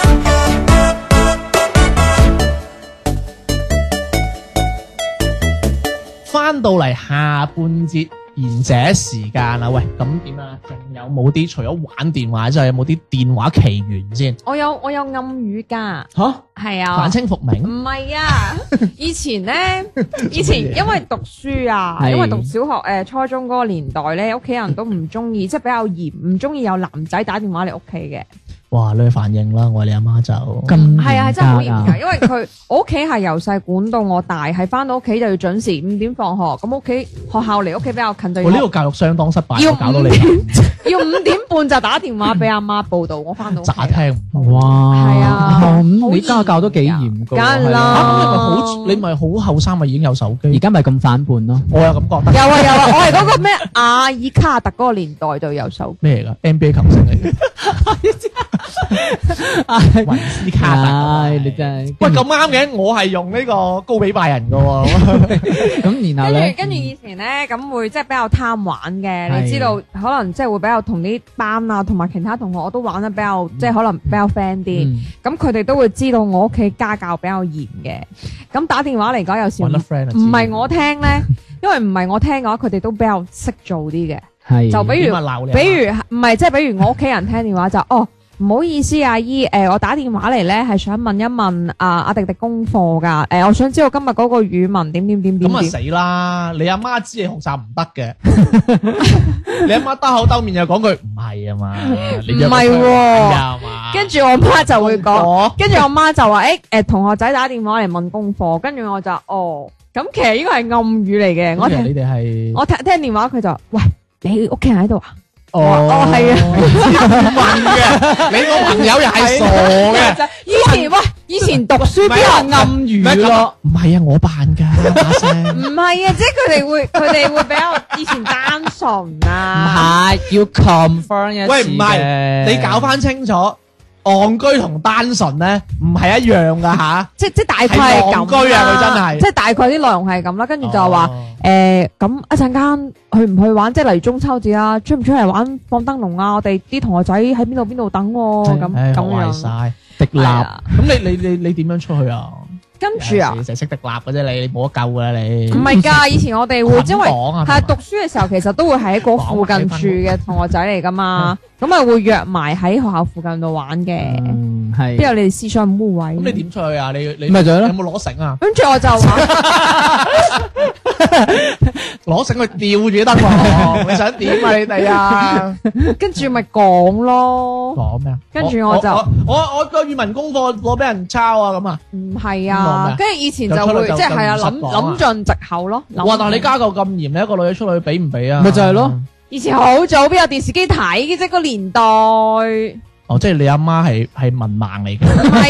[SPEAKER 1] 翻到嚟下半節賢者時間啦，喂，咁點啊？仲有冇啲除咗玩電話之外，有冇啲電話奇緣先？
[SPEAKER 3] 我有我有暗語㗎，
[SPEAKER 1] 吓、
[SPEAKER 3] 係啊
[SPEAKER 1] 反。清復
[SPEAKER 3] 唔
[SPEAKER 1] 明，
[SPEAKER 3] 係 (laughs) 啊，以前咧，以前因為讀書啊，
[SPEAKER 2] 係
[SPEAKER 3] 因為讀小學誒、呃初中嗰個年代咧，屋企人都唔中意，即係比較嚴，唔中意有男仔打電話嚟屋企嘅。
[SPEAKER 1] 哇！你去反應啦，我你阿媽就
[SPEAKER 2] 咁
[SPEAKER 3] 係啊，係真係好嚴
[SPEAKER 2] 嚴格
[SPEAKER 3] 㗎，因為佢 (laughs) 我屋企係由細管到我大，係翻到屋企就要準時五點放學，咁屋企學校離屋企比較近就
[SPEAKER 1] 我呢個
[SPEAKER 3] 要
[SPEAKER 1] 教育相當失敗，
[SPEAKER 3] 要
[SPEAKER 1] 我搞到你
[SPEAKER 3] 五要五點半就打電話俾阿媽報到我翻到屋企。
[SPEAKER 1] 乍聽唔到。
[SPEAKER 2] 哇，
[SPEAKER 3] 係啊
[SPEAKER 2] 咁
[SPEAKER 3] 好
[SPEAKER 2] 你家教都幾嚴噶，
[SPEAKER 3] 嚴㗎梗係啦
[SPEAKER 2] 係啊
[SPEAKER 1] 啊咁你咪好，你咪好後生咪已經有手
[SPEAKER 2] 而
[SPEAKER 1] 機，
[SPEAKER 2] 家咪咁反叛咯。
[SPEAKER 1] 我有咁覺
[SPEAKER 3] 有
[SPEAKER 1] 得。
[SPEAKER 3] 啊有啊，我係嗰個 (laughs) 咩阿爾卡特嗰個年代就有手
[SPEAKER 1] 咩嚟㗎 NBA 球星嚟
[SPEAKER 3] (laughs)
[SPEAKER 1] 嘅，雲斯卡特啊。
[SPEAKER 2] 唉，你真係
[SPEAKER 1] 喂咁啱嘅，我係用呢個高比拜仁嘅
[SPEAKER 3] (laughs)
[SPEAKER 1] 喎。
[SPEAKER 2] 咁，然後
[SPEAKER 3] 跟
[SPEAKER 2] 咧
[SPEAKER 3] 住，跟住以前咧，嗯咁會即係比較貪玩嘅，
[SPEAKER 2] 係
[SPEAKER 3] 你知道可能即係會比較同啲班啊，同埋其他同學我都玩得比較，即係可能比較 friend 啲。
[SPEAKER 2] 嗯
[SPEAKER 3] 咁佢哋都會知道我屋企家教比較嚴嘅。咁打電話嚟講，有時
[SPEAKER 1] 揾得
[SPEAKER 3] 唔
[SPEAKER 1] friend 啊，
[SPEAKER 3] 唔係我聽咧，因為唔係我聽嘅話，佢哋都比較識做啲嘅。
[SPEAKER 2] 係
[SPEAKER 3] 就比如
[SPEAKER 1] 知點啊鬧你
[SPEAKER 3] (laughs)
[SPEAKER 1] 啊，
[SPEAKER 3] 比如唔係，即係比如我屋企人聽電話就哦。唔好意思，阿姨，誒、我打電話嚟咧，係想問一問啊，阿迪迪功課㗎，誒、我想知道今日嗰個語文點點點點
[SPEAKER 1] 咁啊
[SPEAKER 3] 點
[SPEAKER 1] 死，啦！你阿媽知你學習唔得
[SPEAKER 3] (laughs)
[SPEAKER 1] 嘅，你阿媽兜口兜面又講句唔係啊嘛，你約
[SPEAKER 3] 唔係
[SPEAKER 1] 佢
[SPEAKER 3] 喎
[SPEAKER 1] 玩㗎
[SPEAKER 3] (laughs)
[SPEAKER 1] 嘛，
[SPEAKER 3] 跟住我媽就會講。
[SPEAKER 1] 我
[SPEAKER 3] 跟住我媽就話：，誒、誒，同學仔打電話嚟問功課，跟住我就哦，咁其實呢個係暗語嚟嘅。我
[SPEAKER 1] 我
[SPEAKER 3] 聽
[SPEAKER 1] 你哋係
[SPEAKER 3] 我聽聽電話，佢就話喂，你屋企人喺度啊？
[SPEAKER 1] 哦
[SPEAKER 3] 哦係
[SPEAKER 1] (laughs) 問
[SPEAKER 3] (laughs)
[SPEAKER 1] 嘅，你個朋友又係傻嘅。
[SPEAKER 3] 就以前喂，以前讀書邊有暗
[SPEAKER 1] 咩
[SPEAKER 3] 語咯？
[SPEAKER 1] 咁？唔係啊，我扮噶把聲
[SPEAKER 3] (laughs) 唔係啊，即係佢哋會，佢哋會比較以前單純
[SPEAKER 2] 唔
[SPEAKER 3] 啊。
[SPEAKER 2] 係要 confirm 一次
[SPEAKER 1] 喂唔係
[SPEAKER 2] 嘅
[SPEAKER 1] 你搞翻清楚，戇居同單純咧唔係一樣噶吓。
[SPEAKER 3] 即即大概係
[SPEAKER 1] 係戇
[SPEAKER 3] 咁
[SPEAKER 1] 居啊
[SPEAKER 3] 啦
[SPEAKER 1] 佢真係
[SPEAKER 3] 即係大概啲內容係咁啦。跟住就話
[SPEAKER 1] 哦
[SPEAKER 3] 誒，咁一陣間去唔去玩？即係例如中秋節啊，出唔出嚟玩放燈籠啊？我哋啲同學仔喺邊度邊度等我咁
[SPEAKER 1] 唉
[SPEAKER 3] 咁
[SPEAKER 1] 學壞
[SPEAKER 3] 樣。
[SPEAKER 1] 晒迪立。
[SPEAKER 3] 係啊
[SPEAKER 1] 咁你你你你點樣出去啊？
[SPEAKER 3] 跟住啊
[SPEAKER 1] 你，就係識迪立嘅啫，你你冇得救噶啦你。
[SPEAKER 3] 唔係㗎，以前我哋會因為
[SPEAKER 1] 講啊，
[SPEAKER 3] 係啊讀書嘅時候，其實都會喺嗰附近住嘅同學仔嚟㗎
[SPEAKER 1] (laughs)
[SPEAKER 3] 嘛，咁
[SPEAKER 1] 嗯
[SPEAKER 3] 咪會約埋喺學校附近度玩嘅。
[SPEAKER 2] 嗯係
[SPEAKER 3] 邊有你哋思想污位？
[SPEAKER 1] 咁你點出去啊？你你
[SPEAKER 2] 咪就係咯
[SPEAKER 1] 你有冇攞繩啊？
[SPEAKER 3] 跟住我就話 (laughs)
[SPEAKER 1] 攞繩去吊住啲燈喎，你想點啊？你哋 (laughs) 啊？
[SPEAKER 3] 跟住咪講咯，
[SPEAKER 1] 講咩啊？
[SPEAKER 3] 跟住我就
[SPEAKER 1] 我我我個語文功課攞俾人抄啊咁啊！
[SPEAKER 3] 唔係
[SPEAKER 1] 咁我
[SPEAKER 3] 啊
[SPEAKER 1] 咩。
[SPEAKER 3] 跟住以前就會
[SPEAKER 1] 就出嚟就
[SPEAKER 3] 即係係啊，
[SPEAKER 1] 就
[SPEAKER 3] 諗
[SPEAKER 1] 唔實講啊
[SPEAKER 3] 諗盡藉口咯。諗
[SPEAKER 1] 哇！但係你家教咁嚴，你一個女仔出去俾唔俾啊？
[SPEAKER 2] 咪就係咯。
[SPEAKER 3] 以前好早邊有電視機睇嘅啫，個年代。
[SPEAKER 1] 哦，即係你阿媽係係文盲嚟嘅，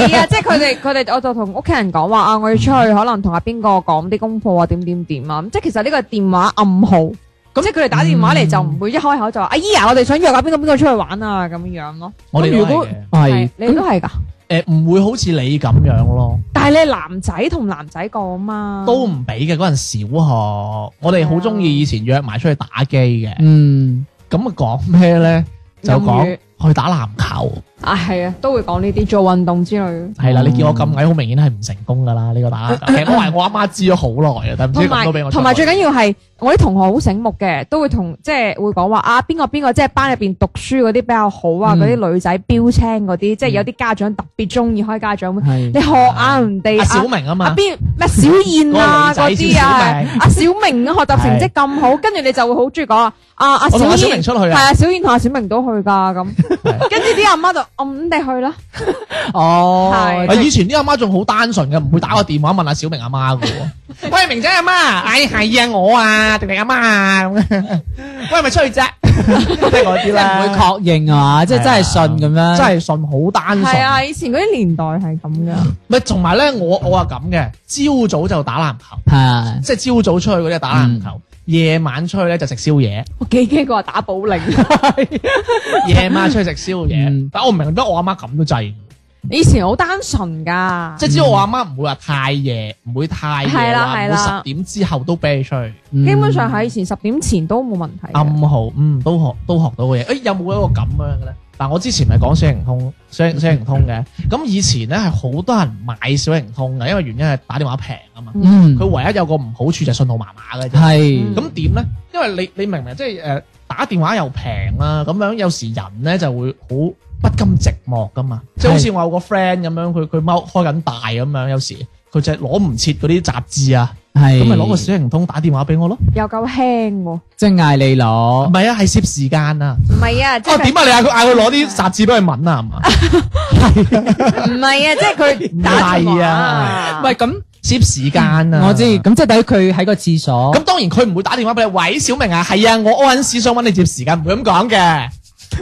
[SPEAKER 3] 系
[SPEAKER 1] (laughs)
[SPEAKER 3] 啊，即系佢哋佢哋，我就同屋企人講話啊，我要出去，可能同阿邊個講啲功課啊，點點點啊，咁即系其實呢個係電話暗號，咁即係佢哋打電話嚟就唔會一開口就話，哎呀，我哋想約下邊個邊個出去玩啊咁樣咯。
[SPEAKER 1] 我哋
[SPEAKER 2] 咁如
[SPEAKER 1] 都係
[SPEAKER 2] 果
[SPEAKER 1] 嘅。
[SPEAKER 2] 係
[SPEAKER 3] 係，你都係㗎，
[SPEAKER 1] 诶呃唔會好似你咁樣咯，
[SPEAKER 3] 但係你係男仔同男仔講嘛，
[SPEAKER 1] 都唔俾嘅嗰陣小學，我哋好中意以前約埋出去打機嘅，
[SPEAKER 2] 嗯，
[SPEAKER 1] 咁啊講咩咧？就
[SPEAKER 3] 飲
[SPEAKER 1] 講去打籃球，
[SPEAKER 3] 啊係啊，都會講呢啲做運動之類。
[SPEAKER 1] 係啦，
[SPEAKER 2] 哦
[SPEAKER 1] 你見我咁矮，好明顯係唔成功噶啦呢個 (laughs) 打籃球。其實我係我阿媽知咗好耐啊，但唔知
[SPEAKER 3] 同
[SPEAKER 1] 咁都俾
[SPEAKER 3] 埋
[SPEAKER 1] 我
[SPEAKER 3] 同埋
[SPEAKER 1] 出
[SPEAKER 3] 最
[SPEAKER 1] 嚟
[SPEAKER 3] 緊要係我啲同學好醒目嘅，都會同即係會講話啊邊個邊個即係班入邊讀書嗰啲比較好啊，
[SPEAKER 2] 嗯
[SPEAKER 3] 嗰啲女仔標青嗰
[SPEAKER 1] 嗯
[SPEAKER 3] 啲，即係有啲家長特別中意開家長會，
[SPEAKER 2] 系
[SPEAKER 3] 你學下人哋
[SPEAKER 1] 阿小
[SPEAKER 3] 啊
[SPEAKER 1] 明啊
[SPEAKER 3] 啊
[SPEAKER 1] 嘛，
[SPEAKER 3] 邊咩小燕啊
[SPEAKER 1] 嗰個
[SPEAKER 3] 嗰
[SPEAKER 1] 女仔
[SPEAKER 3] 啲啊
[SPEAKER 1] 小明，
[SPEAKER 3] 阿小明啊嘅學習成績咁好，跟住你就會好中意講啊啊阿
[SPEAKER 1] 我同阿小
[SPEAKER 3] 小
[SPEAKER 1] 明
[SPEAKER 3] 燕。
[SPEAKER 1] 出去
[SPEAKER 3] 係
[SPEAKER 1] 啊，
[SPEAKER 3] 啊，小燕同阿小明都去㗎咁，
[SPEAKER 1] (laughs)
[SPEAKER 3] 跟住啲阿媽就暗地去啦。
[SPEAKER 2] 哦
[SPEAKER 3] 係
[SPEAKER 1] 啊以前啲阿媽仲好單純嘅，唔會打個電話問阿小明阿媽嘅喎。 (laughs) 喂，明仔阿媽，哎係啊，我啊，迪迪阿媽啊咁樣。 (laughs) 喂，咪出去啫，即係嗰啲
[SPEAKER 2] 唔
[SPEAKER 1] 啦，
[SPEAKER 2] 會確認啊，即係真係信咁樣，
[SPEAKER 1] 真係信好單
[SPEAKER 3] 係
[SPEAKER 1] 純。
[SPEAKER 3] 啊，以前嗰啲年代係咁
[SPEAKER 1] (laughs)
[SPEAKER 3] 㗎。
[SPEAKER 1] 咪同埋咧，我我係咁嘅，朝早就打籃球，
[SPEAKER 2] 係
[SPEAKER 1] 即係朝早出去嗰啲打籃
[SPEAKER 2] 嗯
[SPEAKER 1] 球。夜晚出去咧就食宵夜， (laughs)
[SPEAKER 3] 我幾驚佢話打保齡。
[SPEAKER 1] 夜晚出去食宵夜。
[SPEAKER 2] 嗯
[SPEAKER 1] 但我唔明點解我阿媽咁都制，
[SPEAKER 3] 以前好單純㗎，
[SPEAKER 1] 即係知道我阿媽唔會話太夜，唔會太夜
[SPEAKER 3] 係啦係
[SPEAKER 1] 話唔會
[SPEAKER 3] 啦啊
[SPEAKER 1] 十點之後都啤出去。
[SPEAKER 2] 嗯
[SPEAKER 3] 基本上喺以前十點前都冇問題嘅。
[SPEAKER 1] 暗號，嗯，都學都學到嘅嘢。誒、有冇一個咁樣嘅咧？嗱，我之前咪講小靈通，小小靈通嘅。咁以前咧係好多人買小靈通嘅，因為原因係打電話平啊嘛。
[SPEAKER 2] 嗯
[SPEAKER 1] 佢唯一有個唔好處就係信號麻麻嘅啫。
[SPEAKER 3] 嗯
[SPEAKER 2] 係
[SPEAKER 1] 咁點咧？因為你你明唔明？即係誒、呃打電話又平啦，咁樣有時人咧就會好不甘寂寞噶嘛。即係好似我有個 friend 咁樣，佢佢踎開緊大咁樣，有時佢就係攞唔切嗰啲雜誌啊，
[SPEAKER 2] 係
[SPEAKER 3] 嗯
[SPEAKER 1] 咁咪攞個小靈通打電話俾我咯。
[SPEAKER 3] 又夠輕喎，唔
[SPEAKER 2] 即係嗌你
[SPEAKER 1] 唔
[SPEAKER 2] 攞，
[SPEAKER 1] 係啊，係攝時間啊。
[SPEAKER 3] 係啊，哦即
[SPEAKER 1] 哦，點
[SPEAKER 3] 係
[SPEAKER 1] 啊？你嗌佢嗌佢攞啲雜誌俾佢揾啊，係
[SPEAKER 2] (laughs)
[SPEAKER 1] 嘛？
[SPEAKER 3] 唔係啊，即係佢 (laughs) 打
[SPEAKER 1] 唔
[SPEAKER 3] 電
[SPEAKER 1] 係
[SPEAKER 3] 話
[SPEAKER 1] 啊
[SPEAKER 2] 唔係咁
[SPEAKER 1] 攝時間啊！
[SPEAKER 2] 我知，咁即係等於佢喺個廁所
[SPEAKER 1] 咁當然佢唔會打電話俾你，喂，小明啊，係啊，我屙緊屎想揾你接時間，唔會咁講嘅。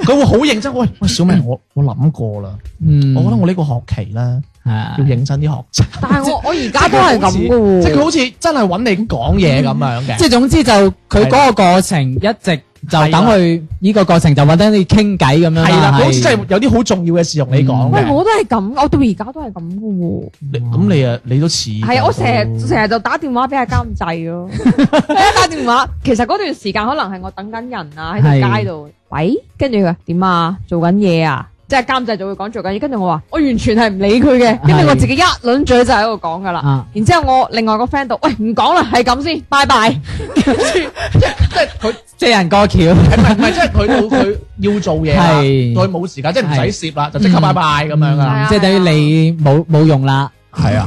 [SPEAKER 1] 佢會好認真，喂喂，小明，我我諗過啦，
[SPEAKER 2] 嗯，
[SPEAKER 1] 我覺得我呢個學期咧要
[SPEAKER 2] 係
[SPEAKER 1] 認真啲學習。
[SPEAKER 3] 但係我我而家都係咁㗎
[SPEAKER 1] 即係佢
[SPEAKER 3] 喎。
[SPEAKER 1] 好似真係揾你講嘢咁樣嘅。
[SPEAKER 2] 即係總之就佢嗰個過程一直就等佢呢個過程就揾得你傾偈咁樣啦，
[SPEAKER 1] 係
[SPEAKER 2] 嗯係
[SPEAKER 1] 啦，佢
[SPEAKER 2] 嗯
[SPEAKER 1] 好似真係有啲好重要嘅事同你講
[SPEAKER 3] 喂，
[SPEAKER 1] 嘅。
[SPEAKER 3] 我都係咁，我到而家都係咁㗎喎。
[SPEAKER 1] 你咁你啊，你都似嗯㗎
[SPEAKER 3] 係啊，我成日
[SPEAKER 1] 都
[SPEAKER 3] 成日就打電話俾阿監製 (laughs) 咯。一打電話，其實嗰段時間可能係我等緊人啊，喺條街度。喂，跟住佢話點啊？做緊嘢啊？即係監製就會講做緊嘢，跟住我話我完全係唔理佢嘅，因為
[SPEAKER 2] 係
[SPEAKER 3] 我自己一輪嘴就喺度講㗎啦。
[SPEAKER 2] 啊
[SPEAKER 3] 然之後我另外個 friend 度，喂唔講啦，係咁先，拜拜。
[SPEAKER 1] 即係佢
[SPEAKER 2] 即係人過橋，
[SPEAKER 1] 唔係唔係，即係佢到佢要做嘢啦，
[SPEAKER 2] 係
[SPEAKER 1] 佢冇時間，即係唔使攝啦，就即
[SPEAKER 2] 嗯
[SPEAKER 1] 刻拜拜咁樣
[SPEAKER 2] 嗯
[SPEAKER 1] 啦。
[SPEAKER 3] 啊
[SPEAKER 2] 即係等於你冇冇用啦，
[SPEAKER 1] 係啊，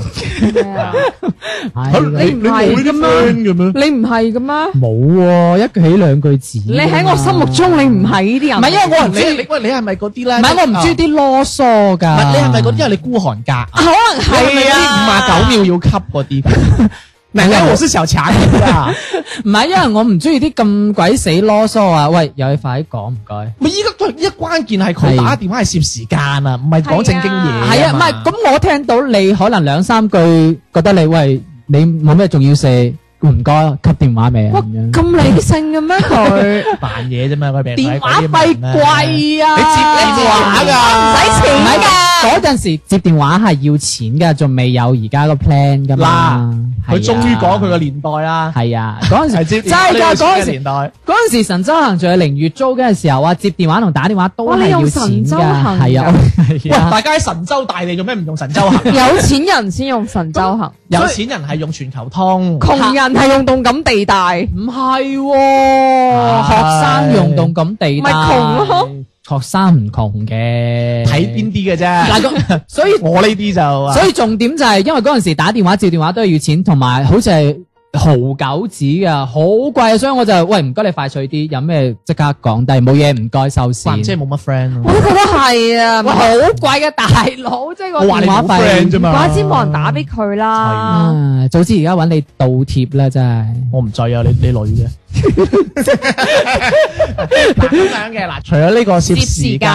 [SPEAKER 2] 係
[SPEAKER 3] 你
[SPEAKER 1] 你
[SPEAKER 3] 唔係啊
[SPEAKER 1] 冇呢啲 friend 嘅咩？
[SPEAKER 3] 你唔係嘅咩？
[SPEAKER 2] 冇喎，一起兩句字，
[SPEAKER 3] 你喺我心目中你唔係呢啲人。啊
[SPEAKER 2] 唔係因為我唔中
[SPEAKER 1] 你
[SPEAKER 2] 意
[SPEAKER 1] 你喂你係咪嗰啲咧？哦
[SPEAKER 2] 唔係我唔中意啲囉嗦
[SPEAKER 1] 啊。唔
[SPEAKER 2] 㗎，
[SPEAKER 1] 係你係咪嗰啲係你孤寒格啊？
[SPEAKER 3] 可能係啊，
[SPEAKER 1] 你係咪嗰啲五啊九秒要吸嗰
[SPEAKER 2] (laughs)
[SPEAKER 1] 啲㗎？奶奶，我是小強啊！
[SPEAKER 2] 唔係，因為我唔中意啲咁鬼死啰嗦啊！喂，有嘢快啲講，唔該。
[SPEAKER 1] 咪依家佢依家關鍵係佢打電話係攝時間啊，唔係講正經嘢。
[SPEAKER 2] 係啊，唔係咁，我聽到你可能兩三句，覺得你喂你冇咩重要事，唔該，吸電話未啊？
[SPEAKER 3] 哇
[SPEAKER 2] 咁樣
[SPEAKER 3] 咁理性
[SPEAKER 1] (laughs)
[SPEAKER 3] 嘅咩佢？
[SPEAKER 1] 扮嘢啫嘛，佢病
[SPEAKER 3] 電話費貴啊！
[SPEAKER 1] 啊你接你電話㗎
[SPEAKER 3] 唔
[SPEAKER 2] 唔
[SPEAKER 3] 使錢
[SPEAKER 2] 係
[SPEAKER 3] 㗎。
[SPEAKER 2] 嗰陣時接電話係要錢㗎，仲未有而家個 plan 㗎嘛。係啊
[SPEAKER 1] 佢終於講佢個年代啦，
[SPEAKER 2] 係啊，嗰陣
[SPEAKER 1] 係
[SPEAKER 2] 時
[SPEAKER 1] 接
[SPEAKER 2] 真係㗎，嗰陣時
[SPEAKER 1] 年代。
[SPEAKER 2] 嗰陣時神州行仲係零月租嘅時候啊，接電話同打電話都
[SPEAKER 3] 哇
[SPEAKER 2] 係
[SPEAKER 3] 你
[SPEAKER 2] 要
[SPEAKER 3] 用
[SPEAKER 2] 錢
[SPEAKER 3] 神
[SPEAKER 2] 㗎，
[SPEAKER 3] 州行
[SPEAKER 2] 係啊，
[SPEAKER 1] 喂，
[SPEAKER 2] 係啊，
[SPEAKER 1] 大家喺神州大地做咩唔用神州行？
[SPEAKER 2] (laughs)
[SPEAKER 3] 有錢人先用神州行，
[SPEAKER 1] 有錢人係用全球通，
[SPEAKER 3] 窮人係用動感地帶。
[SPEAKER 2] 唔係喎，學生用動感地帶，
[SPEAKER 3] 咪窮咯，
[SPEAKER 2] 學生唔窮嘅，
[SPEAKER 1] 睇邊啲嘅啫。
[SPEAKER 2] 嗱咁，所以
[SPEAKER 1] 我呢啲就啊
[SPEAKER 2] 所以重點就係因為嗰陣時打電話接電話都係要錢，同埋好似係毫九子㗎，好貴，所以我就喂唔該你快脆啲，有咩即刻講低，冇嘢唔該收
[SPEAKER 1] 哇
[SPEAKER 2] 線。
[SPEAKER 1] 即係冇乜 frifriend
[SPEAKER 3] 我
[SPEAKER 1] 咯。
[SPEAKER 3] 都覺得係啊，
[SPEAKER 2] 哇
[SPEAKER 3] 唔
[SPEAKER 2] 好貴嘅大佬，即係個
[SPEAKER 1] 我話你
[SPEAKER 2] 電話
[SPEAKER 1] 冇 friend
[SPEAKER 2] 費
[SPEAKER 1] 啫嘛，
[SPEAKER 3] 怪之冇人打俾佢啦。
[SPEAKER 2] 啊！早知而家揾你倒貼啦，真係。
[SPEAKER 1] 我唔制啊！你你女嘅，嗱咁樣嘅嗱，除啊咗呢個攝時間啦，
[SPEAKER 2] 攝時間